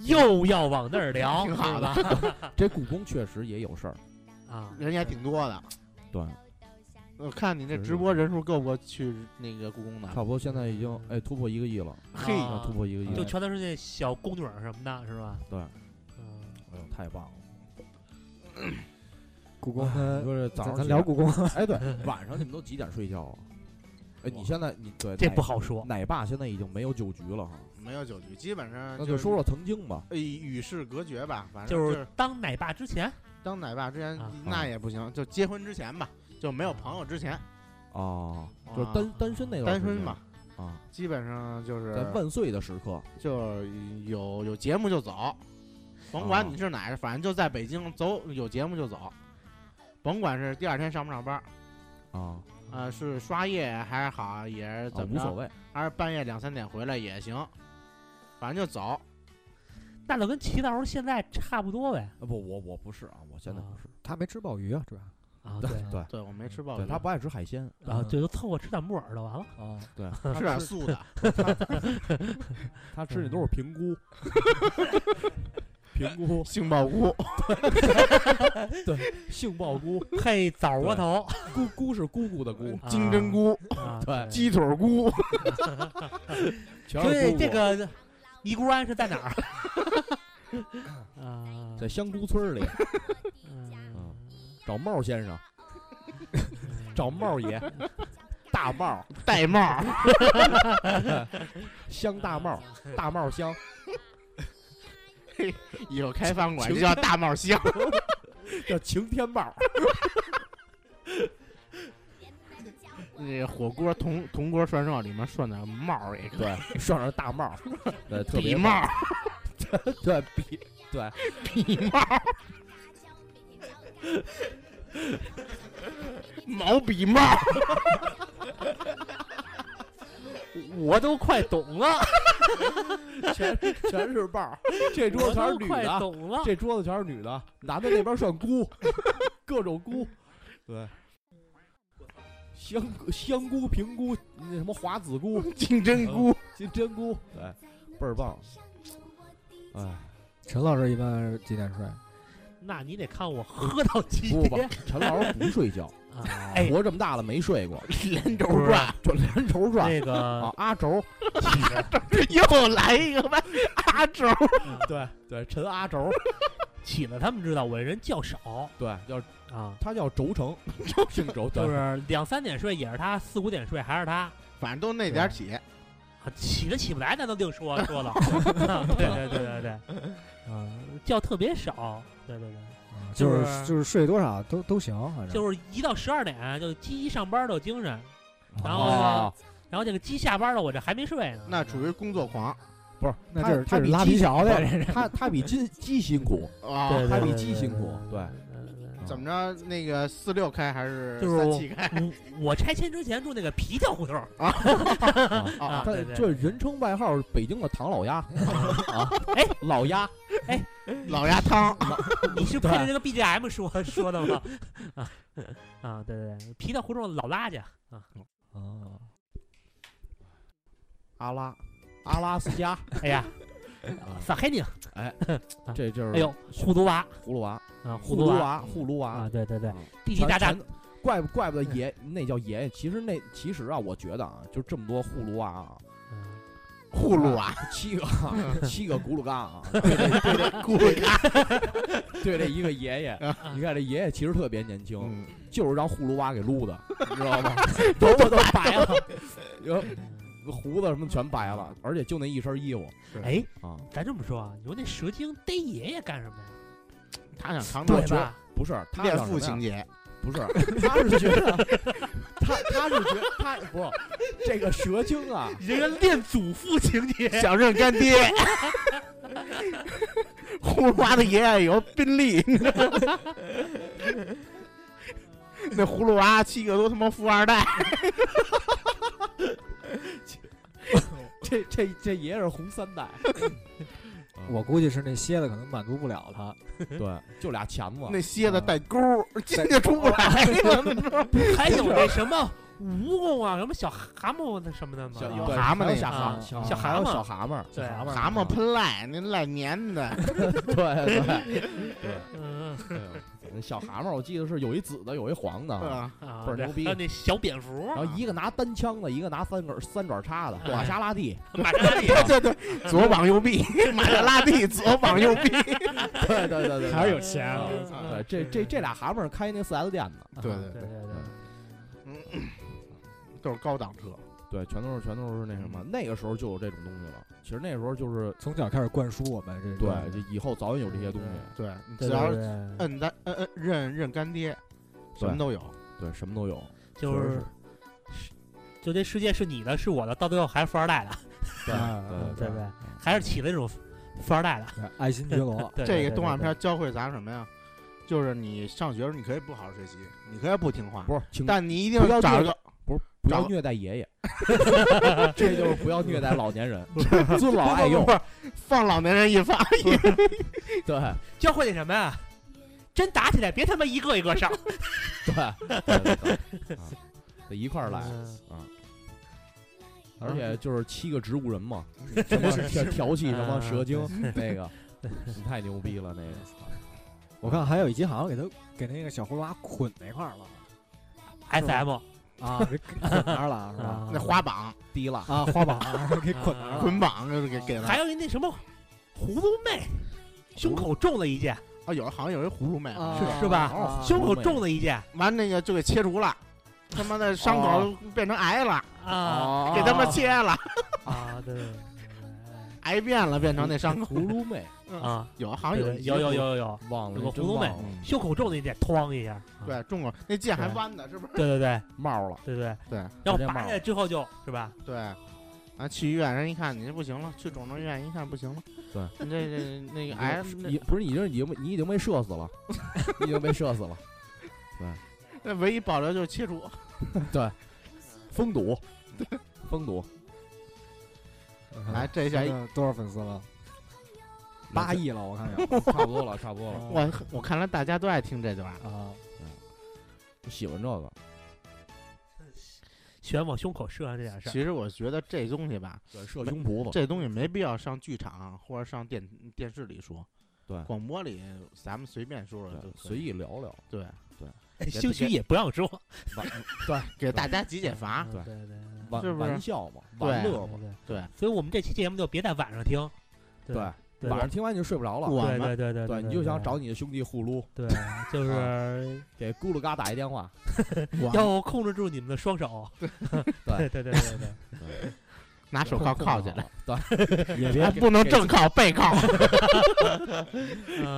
Speaker 5: 又要往那儿聊，
Speaker 6: 挺好的
Speaker 5: 是吧
Speaker 1: 这故宫确实也有事儿，
Speaker 5: 啊，
Speaker 6: 人也挺多的。
Speaker 1: 对，
Speaker 6: 我看你那直播人数够不够去那个故宫的？
Speaker 1: 差不多现在已经哎突破一个亿了，
Speaker 6: 嘿，
Speaker 1: 要
Speaker 5: 啊
Speaker 1: 突破一个亿了，
Speaker 5: 就全都是那小宫女儿什么的，是吧？
Speaker 1: 对，
Speaker 5: 嗯，
Speaker 1: 哎呦太棒了。
Speaker 3: 故宫
Speaker 1: 你
Speaker 3: 他。
Speaker 1: 说这早
Speaker 3: 咱
Speaker 1: 上
Speaker 3: 咱
Speaker 1: 起
Speaker 3: 聊
Speaker 1: 来
Speaker 3: 故宫，
Speaker 1: 哎，对， 晚上你们都几点睡觉 啊？哎，你
Speaker 6: 我
Speaker 1: 现在你对
Speaker 5: 这
Speaker 1: 奶
Speaker 5: 不好说。
Speaker 1: 奶爸现在已经没有酒局了哈，
Speaker 6: 没有酒局，基本上
Speaker 1: 那
Speaker 6: 就
Speaker 1: 就说说曾经吧。
Speaker 6: 呃与世隔绝吧，反正
Speaker 5: 就是
Speaker 6: 是
Speaker 5: 当奶爸之前，
Speaker 6: 当奶爸之前
Speaker 5: 啊
Speaker 6: 那也不行，就结婚之前吧，就没有朋友之前，
Speaker 1: 啊，
Speaker 6: 啊
Speaker 1: 就是单单身那段
Speaker 6: 单
Speaker 1: 时间
Speaker 6: 身吧，
Speaker 1: 啊，
Speaker 6: 基本上就是
Speaker 1: 在万岁的时刻，
Speaker 6: 就有有节目就走，甭管
Speaker 1: 哦
Speaker 6: 你是哪儿，反正就在北京走，有节目就走，甭管是第二天上不上班，
Speaker 1: 啊，
Speaker 6: 呃，是刷夜还是好，也是
Speaker 1: 啊
Speaker 6: 怎
Speaker 1: 无
Speaker 6: 么
Speaker 1: 所
Speaker 6: 着，
Speaker 1: 谓，
Speaker 6: 还是半夜两三点回来也行，反正就走。
Speaker 5: 那就跟齐大头现在差不多呗。
Speaker 1: 啊不，我我不是啊，我现在不
Speaker 5: 啊
Speaker 1: 是，
Speaker 3: 他没吃鲍鱼啊，主要
Speaker 5: 啊，
Speaker 1: 对
Speaker 5: 对
Speaker 1: 对
Speaker 6: 嗯对我没吃鲍
Speaker 1: 对
Speaker 6: 鱼，
Speaker 1: 他不爱吃海鲜
Speaker 5: 啊，对，就凑合吃点木耳就完了。
Speaker 1: 啊，对，
Speaker 6: 吃点素的，
Speaker 5: 嗯
Speaker 1: 他吃的都是评估，评估
Speaker 6: 杏鲍 菇，
Speaker 1: 杏鲍菇，
Speaker 5: 配枣窝头，
Speaker 1: 菇菇是姑姑的菇，
Speaker 6: 金针菇，
Speaker 5: 啊
Speaker 1: 对
Speaker 5: 对
Speaker 6: 鸡腿 菇，
Speaker 1: 全
Speaker 5: 所
Speaker 1: 是
Speaker 5: 以
Speaker 1: 姑
Speaker 5: 这
Speaker 1: 姑
Speaker 5: 个尼姑庵是在哪儿？ 啊，
Speaker 1: 在香菇村里
Speaker 5: 嗯
Speaker 1: 找帽先生，找帽爷，大帽
Speaker 6: 戴帽儿，
Speaker 1: 香大帽，大帽香。
Speaker 6: 以后开 饭馆就叫大帽香。
Speaker 1: 叫晴天豹，
Speaker 6: 那火锅铜铜锅涮肉里面涮点帽儿 也可以，
Speaker 1: 对，上上大帽， 对，特
Speaker 6: 比
Speaker 1: 别
Speaker 6: 帽儿，
Speaker 1: 对比对，
Speaker 6: 比帽儿，毛笔帽儿，
Speaker 5: 我都快懂了，
Speaker 1: 全全是豹，这桌
Speaker 5: 我
Speaker 1: 子全是
Speaker 5: 都
Speaker 1: 女
Speaker 5: 快
Speaker 1: 的，
Speaker 5: 懂了。
Speaker 1: 这桌子全是女的，男的那边涮菇， 各种菇，对，香菇香菇、平菇，那什么华子菇、嗯
Speaker 6: 金针菇，
Speaker 1: 金针菇，对，倍儿棒，哎，
Speaker 3: 陈老师一般几点睡？
Speaker 5: 那你得看我喝到几
Speaker 1: 不不
Speaker 5: 点，
Speaker 1: 陈老师不睡觉，
Speaker 5: 啊？哎，
Speaker 1: 活这么大了没睡过，
Speaker 6: 连轴
Speaker 5: 不是
Speaker 6: 转，
Speaker 1: 就连轴转
Speaker 5: 那个
Speaker 1: 啊，阿轴，
Speaker 6: 又来一个吧，阿轴儿，
Speaker 5: 嗯
Speaker 1: 对对，陈阿轴，
Speaker 5: 起了他们知道我人较少
Speaker 1: 对，叫
Speaker 5: 啊，
Speaker 1: 他叫轴承，姓轴，对
Speaker 5: 就是两三点睡也是他，四五点睡还是他。
Speaker 6: 反正都那点儿起，
Speaker 5: 啊，起都起不来，那都另说说 了。对对对对对，啊，觉特别少，对对对，
Speaker 3: 啊
Speaker 5: 就
Speaker 3: 就是就是睡多少都都行，反正
Speaker 5: 就是一到十二点就鸡一上班都有精神，然后
Speaker 1: 哦
Speaker 5: 然后这个鸡下班了，我这还没睡呢。
Speaker 6: 那属于工作狂
Speaker 1: 不是，
Speaker 3: 那
Speaker 1: 他
Speaker 3: 这是
Speaker 1: 他
Speaker 3: 这
Speaker 1: 比
Speaker 3: 是拉
Speaker 1: 鸡
Speaker 3: 皮条的
Speaker 1: 不是
Speaker 3: 呀，这是
Speaker 1: 他他比鸡鸡辛苦，
Speaker 6: 啊。
Speaker 5: 对，对
Speaker 1: 他
Speaker 5: 对
Speaker 1: 比
Speaker 5: 对
Speaker 1: 鸡辛苦对
Speaker 5: 对
Speaker 6: 怎么着？那个四六开还是
Speaker 5: 就是我
Speaker 6: 三七开
Speaker 5: 对对哎我我拆迁之前住那个皮条胡同儿，
Speaker 6: 啊？
Speaker 1: 哦他
Speaker 5: 对对
Speaker 1: 就是人称外号北京的唐 老鸭啊，
Speaker 5: 哎，
Speaker 1: 老鸭，
Speaker 6: 老鸭汤，
Speaker 5: 你是配
Speaker 1: 对
Speaker 5: 着那个 BGM 说 说的吗？啊啊，对对对，皮条胡同老拉家啊，
Speaker 1: 阿拉，阿拉斯加，
Speaker 5: 哎呀，
Speaker 1: 啊
Speaker 5: 撒黑你，
Speaker 1: 这就是
Speaker 5: 哎呦，糊涂娃
Speaker 1: 葫芦娃，
Speaker 5: 啊，糊
Speaker 1: 葫
Speaker 5: 涂
Speaker 1: 芦
Speaker 5: 娃
Speaker 1: 娃，葫芦
Speaker 5: 啊，
Speaker 1: 娃，
Speaker 5: 对对对
Speaker 1: 嗯，
Speaker 5: 地地
Speaker 1: 全
Speaker 5: 大战嗯
Speaker 1: 全怪不怪不得爷那叫爷爷，其实那其实啊，我觉得啊，就这么多葫芦娃啊，
Speaker 5: 嗯
Speaker 6: 葫芦娃，
Speaker 1: 七个啊七个 轱辘嘎啊，
Speaker 6: 葫芦娃，
Speaker 1: 对这一个爷爷，你看这爷爷其实特别年轻，
Speaker 6: 嗯
Speaker 1: 就是让葫芦娃给撸的，你知道吗？头发 都白了，然后胡子什么全白了，而且就那一身衣服
Speaker 5: 哎，
Speaker 1: 啊，
Speaker 5: 咱这么说啊，你说那蛇精逮爷爷干什么呀？
Speaker 6: 他想扛
Speaker 5: 对
Speaker 6: 着
Speaker 5: 吧？
Speaker 1: 不是他
Speaker 6: 恋
Speaker 1: 想什
Speaker 6: 父
Speaker 1: 么呀
Speaker 6: 情节，
Speaker 1: 不是，他是觉得 他他是觉他不这个蛇精啊，
Speaker 5: 人家恋祖父情节，
Speaker 6: 想认干爹，葫芦娃的爷爷有宾利，你知道吗那葫芦娃七个都他妈富二代，
Speaker 3: 这这这爷是红三代，
Speaker 1: 啊
Speaker 3: 我估计是那蝎子可能满足不了他，
Speaker 1: 对，就俩钳子，
Speaker 6: 那蝎
Speaker 5: 啊
Speaker 6: 子带钩儿，进去出不来了，你知道吗
Speaker 5: 还有 那什么蜈蚣啊，什么小蛤蟆那什么的
Speaker 1: 小
Speaker 5: 嘛
Speaker 6: 有。
Speaker 1: 对
Speaker 6: 蛤蟆
Speaker 1: 还有
Speaker 6: 那
Speaker 1: 小蛤
Speaker 3: 个
Speaker 1: 小
Speaker 3: 啊
Speaker 1: 小
Speaker 5: 蛤
Speaker 1: 还有
Speaker 5: 蟆
Speaker 1: 小蛤蟆，
Speaker 5: 对
Speaker 1: 小
Speaker 6: 蛤蟆喷赖，那赖粘
Speaker 5: 啊
Speaker 6: 的，
Speaker 1: 对对
Speaker 5: 嗯
Speaker 1: 对，那小蛤蟆我记得是有一紫的，有一黄的
Speaker 6: 是
Speaker 1: 啊，
Speaker 6: 吧？
Speaker 5: 啊，
Speaker 1: 倍儿
Speaker 5: 对
Speaker 1: 牛逼
Speaker 5: 还有那小蝙蝠啊，
Speaker 1: 然后一个拿单枪的，一个拿三根三爪叉的，
Speaker 5: 对
Speaker 1: 玛莎拉蒂，
Speaker 5: 玛莎拉蒂啊，
Speaker 6: 对对对，左膀右臂，玛莎拉蒂左膀右臂，
Speaker 1: 对对对对，
Speaker 7: 还是有钱啊！
Speaker 5: 嗯
Speaker 1: 对，这这这俩蛤蟆是开那四 S 店的，
Speaker 6: 对
Speaker 5: 对
Speaker 6: 对
Speaker 5: 对
Speaker 6: 对
Speaker 5: 对，
Speaker 6: 都是高档车，
Speaker 1: 对，全都是全都是那什么，那个时候就有这种东西了。其实那时候就是
Speaker 3: 从小开始灌输我们这
Speaker 1: 对
Speaker 3: 种，
Speaker 1: 就以后早晚有这些东西，
Speaker 6: 对，你
Speaker 5: 对
Speaker 6: 只要
Speaker 5: 对对
Speaker 6: 摁干摁摁认认干爹，什么都有，
Speaker 1: 对，什么都有，
Speaker 5: 就
Speaker 1: 确实
Speaker 5: 是就这世界是你的，是我的，到最后还是富二代的，
Speaker 1: 对
Speaker 3: 啊
Speaker 1: 对
Speaker 5: 对不对？还是起了那种富二代的。。
Speaker 3: 对爱新觉罗
Speaker 5: 对
Speaker 6: 这个动画片，教会咱什么呀？就是你上学时候你可以不好好学习，你可以不听话，
Speaker 1: 不是，请
Speaker 6: 但你一定
Speaker 1: 不要
Speaker 6: 找
Speaker 1: 虐
Speaker 6: 一个
Speaker 1: 不是不
Speaker 6: 找
Speaker 1: 要
Speaker 6: 个
Speaker 1: 虐待爷爷，这就是不要虐待老年人，尊老
Speaker 6: 不
Speaker 1: 爱幼
Speaker 6: 不，是放老年人一放，
Speaker 1: 对
Speaker 5: 对对对教会你什么呀？真打起来，别他妈一个一个上。
Speaker 1: 对对对对，啊得一块儿来。
Speaker 5: 嗯
Speaker 1: 而且就是七个植物人嘛，什么调调戏什么蛇精那个，你太牛逼了那个。
Speaker 3: 我看还有一集好像给他给那个小葫芦娃捆那块儿了
Speaker 5: ，S M
Speaker 3: 啊，给捆那儿了是 吧？
Speaker 5: 啊
Speaker 6: 那花榜
Speaker 1: 低了，
Speaker 3: 啊，花榜啊给捆那儿了，
Speaker 6: 捆绑就是给给了，
Speaker 5: 还有一那什么葫芦妹，胸口中了一箭，
Speaker 6: 啊有好像有一葫芦妹，
Speaker 3: 啊
Speaker 5: 是吧
Speaker 3: 啊
Speaker 5: 胸口中了一箭
Speaker 6: 完那个就给切除了，他妈的伤口变成癌了，
Speaker 5: 啊
Speaker 1: 哦
Speaker 6: 给他们切了，
Speaker 5: 啊！对对对
Speaker 6: 癌变了变成那伤口，嗯
Speaker 1: 葫芦妹
Speaker 5: 对啊，
Speaker 6: 有好像
Speaker 5: 对
Speaker 6: 有
Speaker 5: 对
Speaker 6: 一集
Speaker 5: 有有有有有，
Speaker 1: 忘了，
Speaker 5: 有个
Speaker 1: 真
Speaker 5: 葫芦妹
Speaker 1: 忘了
Speaker 5: 胸口中了一箭，哐一下。啊
Speaker 6: 对中过那剑还
Speaker 5: 对
Speaker 6: 弯的，是不是？
Speaker 5: 对对对
Speaker 1: 帽了，
Speaker 5: 对对
Speaker 6: 对，
Speaker 5: 然后
Speaker 1: 直接
Speaker 5: 拔
Speaker 1: 骂
Speaker 5: 下
Speaker 1: 我
Speaker 5: 来之后就是吧，
Speaker 6: 对，啊，去医院人一看你这不行了，去肿瘤医院一看不行了，
Speaker 1: 对，
Speaker 6: 你这这那个癌
Speaker 1: 哎，，你不是你这已经你已经被射死了，你已经被射死了，
Speaker 6: 那唯一保留就是切除。
Speaker 1: 封堵，封堵
Speaker 3: 嗯
Speaker 6: 哎，这一下
Speaker 3: 现在啊多少粉丝了？八亿了，我看有。
Speaker 1: 差不多了，差不多了，
Speaker 6: 我我看来大家都爱听这段，
Speaker 3: 啊，
Speaker 1: 我喜欢这个，
Speaker 5: 喜欢往胸口射上啊这点事儿。
Speaker 6: 其实我觉得这东西吧，
Speaker 1: 对，射胸脯子，
Speaker 6: 这东西没必要上剧场或者上电电视里说，
Speaker 1: 对
Speaker 6: 广播里咱们随便说说就
Speaker 1: 对
Speaker 6: 可以
Speaker 1: 随意聊聊，
Speaker 6: 对，
Speaker 5: 兴许哎也不让说，嗯
Speaker 1: 玩对
Speaker 6: 给大家解解
Speaker 1: 啊
Speaker 6: 乏。
Speaker 5: 对对对
Speaker 6: 是
Speaker 1: 玩
Speaker 6: 不是
Speaker 1: 玩笑嘛，
Speaker 6: 对
Speaker 1: 玩乐
Speaker 5: 对
Speaker 1: 嘛，
Speaker 5: 对。
Speaker 6: 对
Speaker 5: 所以我们这期节目就别在晚上听，
Speaker 1: 对，
Speaker 5: 对
Speaker 1: 晚上听完你就睡不着了，
Speaker 6: 我
Speaker 5: 对
Speaker 6: 们
Speaker 5: 对对
Speaker 1: 对，
Speaker 5: 对
Speaker 1: 你就想找你啊的兄弟呼噜，
Speaker 5: 对，就是
Speaker 1: 给咕噜嘎打一电话，
Speaker 6: 我们
Speaker 5: 要控制住你们的双手。对
Speaker 1: 对
Speaker 5: 对对对对，
Speaker 1: 对
Speaker 6: 拿手铐铐起来，，
Speaker 1: 对
Speaker 3: 也
Speaker 6: 哎
Speaker 3: 别
Speaker 6: 不能正铐背 铐。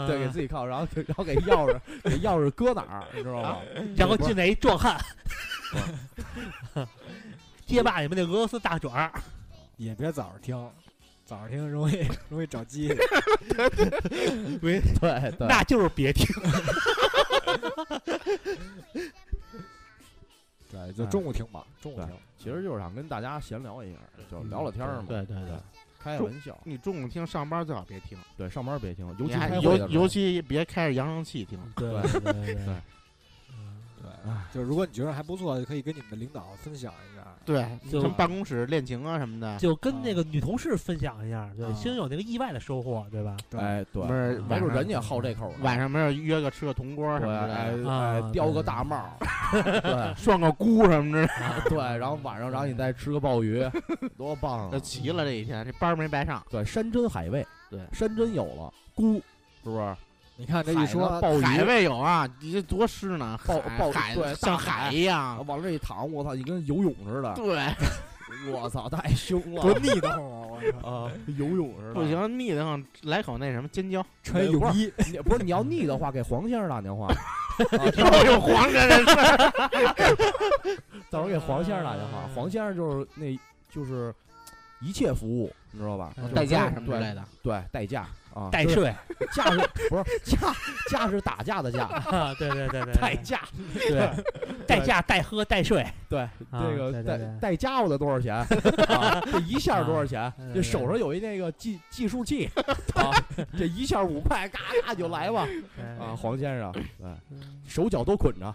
Speaker 1: 对，给自己铐，然后给然后给钥匙 给钥匙搁哪儿，你知 道吗？
Speaker 5: 嗯然后进来一壮汉， 街霸里面那俄罗斯大爪儿，
Speaker 3: 也别早上听，早上听容易容易找鸡。
Speaker 1: 对对，
Speaker 5: 那就是别听。
Speaker 3: 对，就中午听吧，中午
Speaker 1: 哎对
Speaker 3: 听。
Speaker 1: 其实就是想跟大家闲聊一下，就聊聊天儿嘛，
Speaker 6: 嗯
Speaker 1: 哎
Speaker 6: 对对对，
Speaker 1: 开个玩笑，
Speaker 6: 你中午听上班最好别听，
Speaker 1: 对，上班别听，尤
Speaker 6: 你
Speaker 1: 其
Speaker 6: 还
Speaker 1: 开会
Speaker 6: 尤
Speaker 1: 的时候嗯
Speaker 6: 尤其别开着扬声器听。
Speaker 5: 对对对对
Speaker 3: 对，就是如果你觉得还不错，就可以跟你们的领导分享一下。
Speaker 6: 对，
Speaker 5: 就
Speaker 6: 什么办公室恋情啊什么的，
Speaker 5: 就
Speaker 1: 嗯
Speaker 5: 跟那个女同事分享一下，对，
Speaker 3: 啊
Speaker 5: 先有那个意外的收获，对吧？
Speaker 3: 对，
Speaker 1: 哎，对，
Speaker 6: 不是
Speaker 1: 没
Speaker 6: 晚
Speaker 1: 准
Speaker 6: 上
Speaker 1: 人家好这口呢
Speaker 6: 晚上没事约个吃个铜锅什
Speaker 1: 对，
Speaker 6: 么的，
Speaker 1: 哎
Speaker 5: 啊
Speaker 1: 哎，叼个大帽儿， 对
Speaker 6: 涮个菇什么的，
Speaker 1: 对， 然后晚上然后你再吃个鲍鱼，多棒
Speaker 6: 就
Speaker 1: 啊！
Speaker 6: 齐了这一天，这班儿没白上。
Speaker 1: 对，山珍海味，
Speaker 6: 对
Speaker 1: 山珍有了，菇是不是？
Speaker 3: 你看这
Speaker 1: 海
Speaker 3: 一
Speaker 1: 呢
Speaker 3: 说，
Speaker 1: 鲍鱼
Speaker 6: 海味有啊，你这多湿呢，
Speaker 1: 鲍
Speaker 6: 海
Speaker 1: 鲍
Speaker 6: 海
Speaker 1: 对大
Speaker 6: 像
Speaker 1: 海
Speaker 6: 海一样，
Speaker 1: 啊往这一躺，我操，你跟游泳似的，
Speaker 6: 对，
Speaker 1: 我操，太凶了
Speaker 3: 多腻得慌啊！我 操，
Speaker 1: 啊，游泳似的，
Speaker 6: 不行，腻得慌，来口那什么尖椒，
Speaker 3: 穿泳衣，
Speaker 1: 你，不是你要腻的话，给黄先生打 电话，
Speaker 6: 又 有黄的人说，
Speaker 1: 啊到时候给黄先生打电话，黄先生就是那就是一切服务，你知道吧？
Speaker 7: 嗯
Speaker 1: 就
Speaker 7: 代驾
Speaker 1: 可以
Speaker 7: 什么之
Speaker 1: 对
Speaker 7: 类的，
Speaker 1: 对代驾啊，
Speaker 5: 代
Speaker 1: 就是
Speaker 5: 税，
Speaker 1: 驾是不是驾驾是打架的架，
Speaker 5: 啊，对对对对，
Speaker 1: 代驾
Speaker 5: 对，代驾、代喝、代税，
Speaker 1: 对
Speaker 5: 啊
Speaker 1: 这
Speaker 5: 对
Speaker 1: 个
Speaker 5: 对
Speaker 1: 代
Speaker 5: 对
Speaker 1: 代家伙的多少 钱？啊这一下多少钱
Speaker 5: 对？对
Speaker 1: 这
Speaker 5: 对
Speaker 1: 手上有一那个计计数 器啊，这一下五块，嘎嘎就来吧
Speaker 5: 对
Speaker 1: 啊，黄先生，对，
Speaker 5: 嗯
Speaker 1: 手脚都捆 着，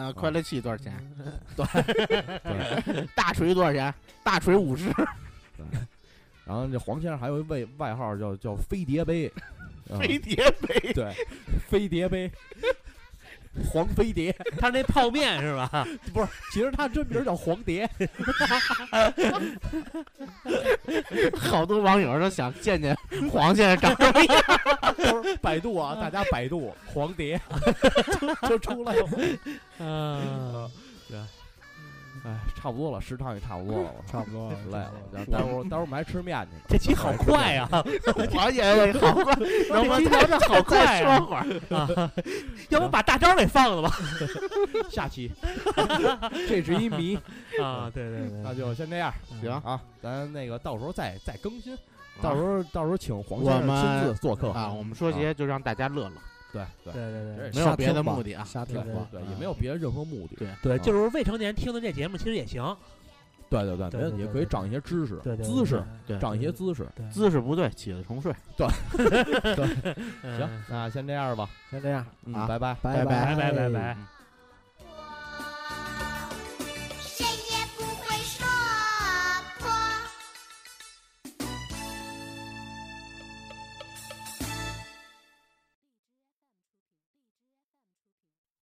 Speaker 6: 啊，快乐器多少钱？
Speaker 1: 对，
Speaker 6: 大锤多少钱？大锤五十。
Speaker 1: 然后这黄先生还有一位外号叫叫飞碟杯， 啊
Speaker 6: 飞碟杯，
Speaker 1: 对，飞碟杯，黄飞碟，
Speaker 5: 他那泡面 是吧？
Speaker 1: 不是，其实他真名叫黄碟，
Speaker 6: 好多网友都想见见黄先生长什么样。
Speaker 1: 都是百度啊，大家百度黄碟 就就出来了。
Speaker 5: 嗯，
Speaker 1: 哎，差不多了，时长也差不多了，我操
Speaker 3: 差不多了，
Speaker 1: 累了。然后待会儿待会儿我们还吃面去呢。
Speaker 5: 这期好快啊呀！
Speaker 6: 黄先生好 快，能不
Speaker 5: 这
Speaker 6: 能
Speaker 5: 期聊
Speaker 6: 再
Speaker 5: 得好快
Speaker 6: 再
Speaker 5: 啊
Speaker 6: 说 会儿？
Speaker 5: 啊，要不把大招给放了吧？
Speaker 1: 下期， 这是一谜，
Speaker 5: 啊，对对对，
Speaker 1: 那就先这样
Speaker 6: 行
Speaker 1: 啊，咱那个到时候再再更新，到时候到时候请黄
Speaker 6: 我
Speaker 1: 先生
Speaker 6: 们
Speaker 1: 亲自做客，
Speaker 6: 啊，我们说些就让大家乐乐，
Speaker 1: 对对
Speaker 5: 对对对
Speaker 6: 没有别的目的啊。
Speaker 3: 瞎听
Speaker 1: 对
Speaker 3: 话，
Speaker 1: 对，也没有别的任何目的，啊
Speaker 6: 对
Speaker 5: 对，就是未成年听的这节目其实也行，
Speaker 1: 对对对，
Speaker 5: 对
Speaker 1: 没
Speaker 5: 对
Speaker 1: 问题，
Speaker 5: 对
Speaker 1: 可以
Speaker 5: 对
Speaker 1: 长一些知识
Speaker 5: 对对，
Speaker 1: 姿势，
Speaker 6: 对
Speaker 1: 长一些姿势。
Speaker 6: 姿势不对，起了重睡。
Speaker 5: 行嗯
Speaker 1: 行，那先这样吧，
Speaker 3: 先这样，
Speaker 1: 嗯，
Speaker 6: 啊
Speaker 1: 拜拜。
Speaker 5: 拜
Speaker 3: 拜
Speaker 6: 嗯
Speaker 5: 拜拜拜。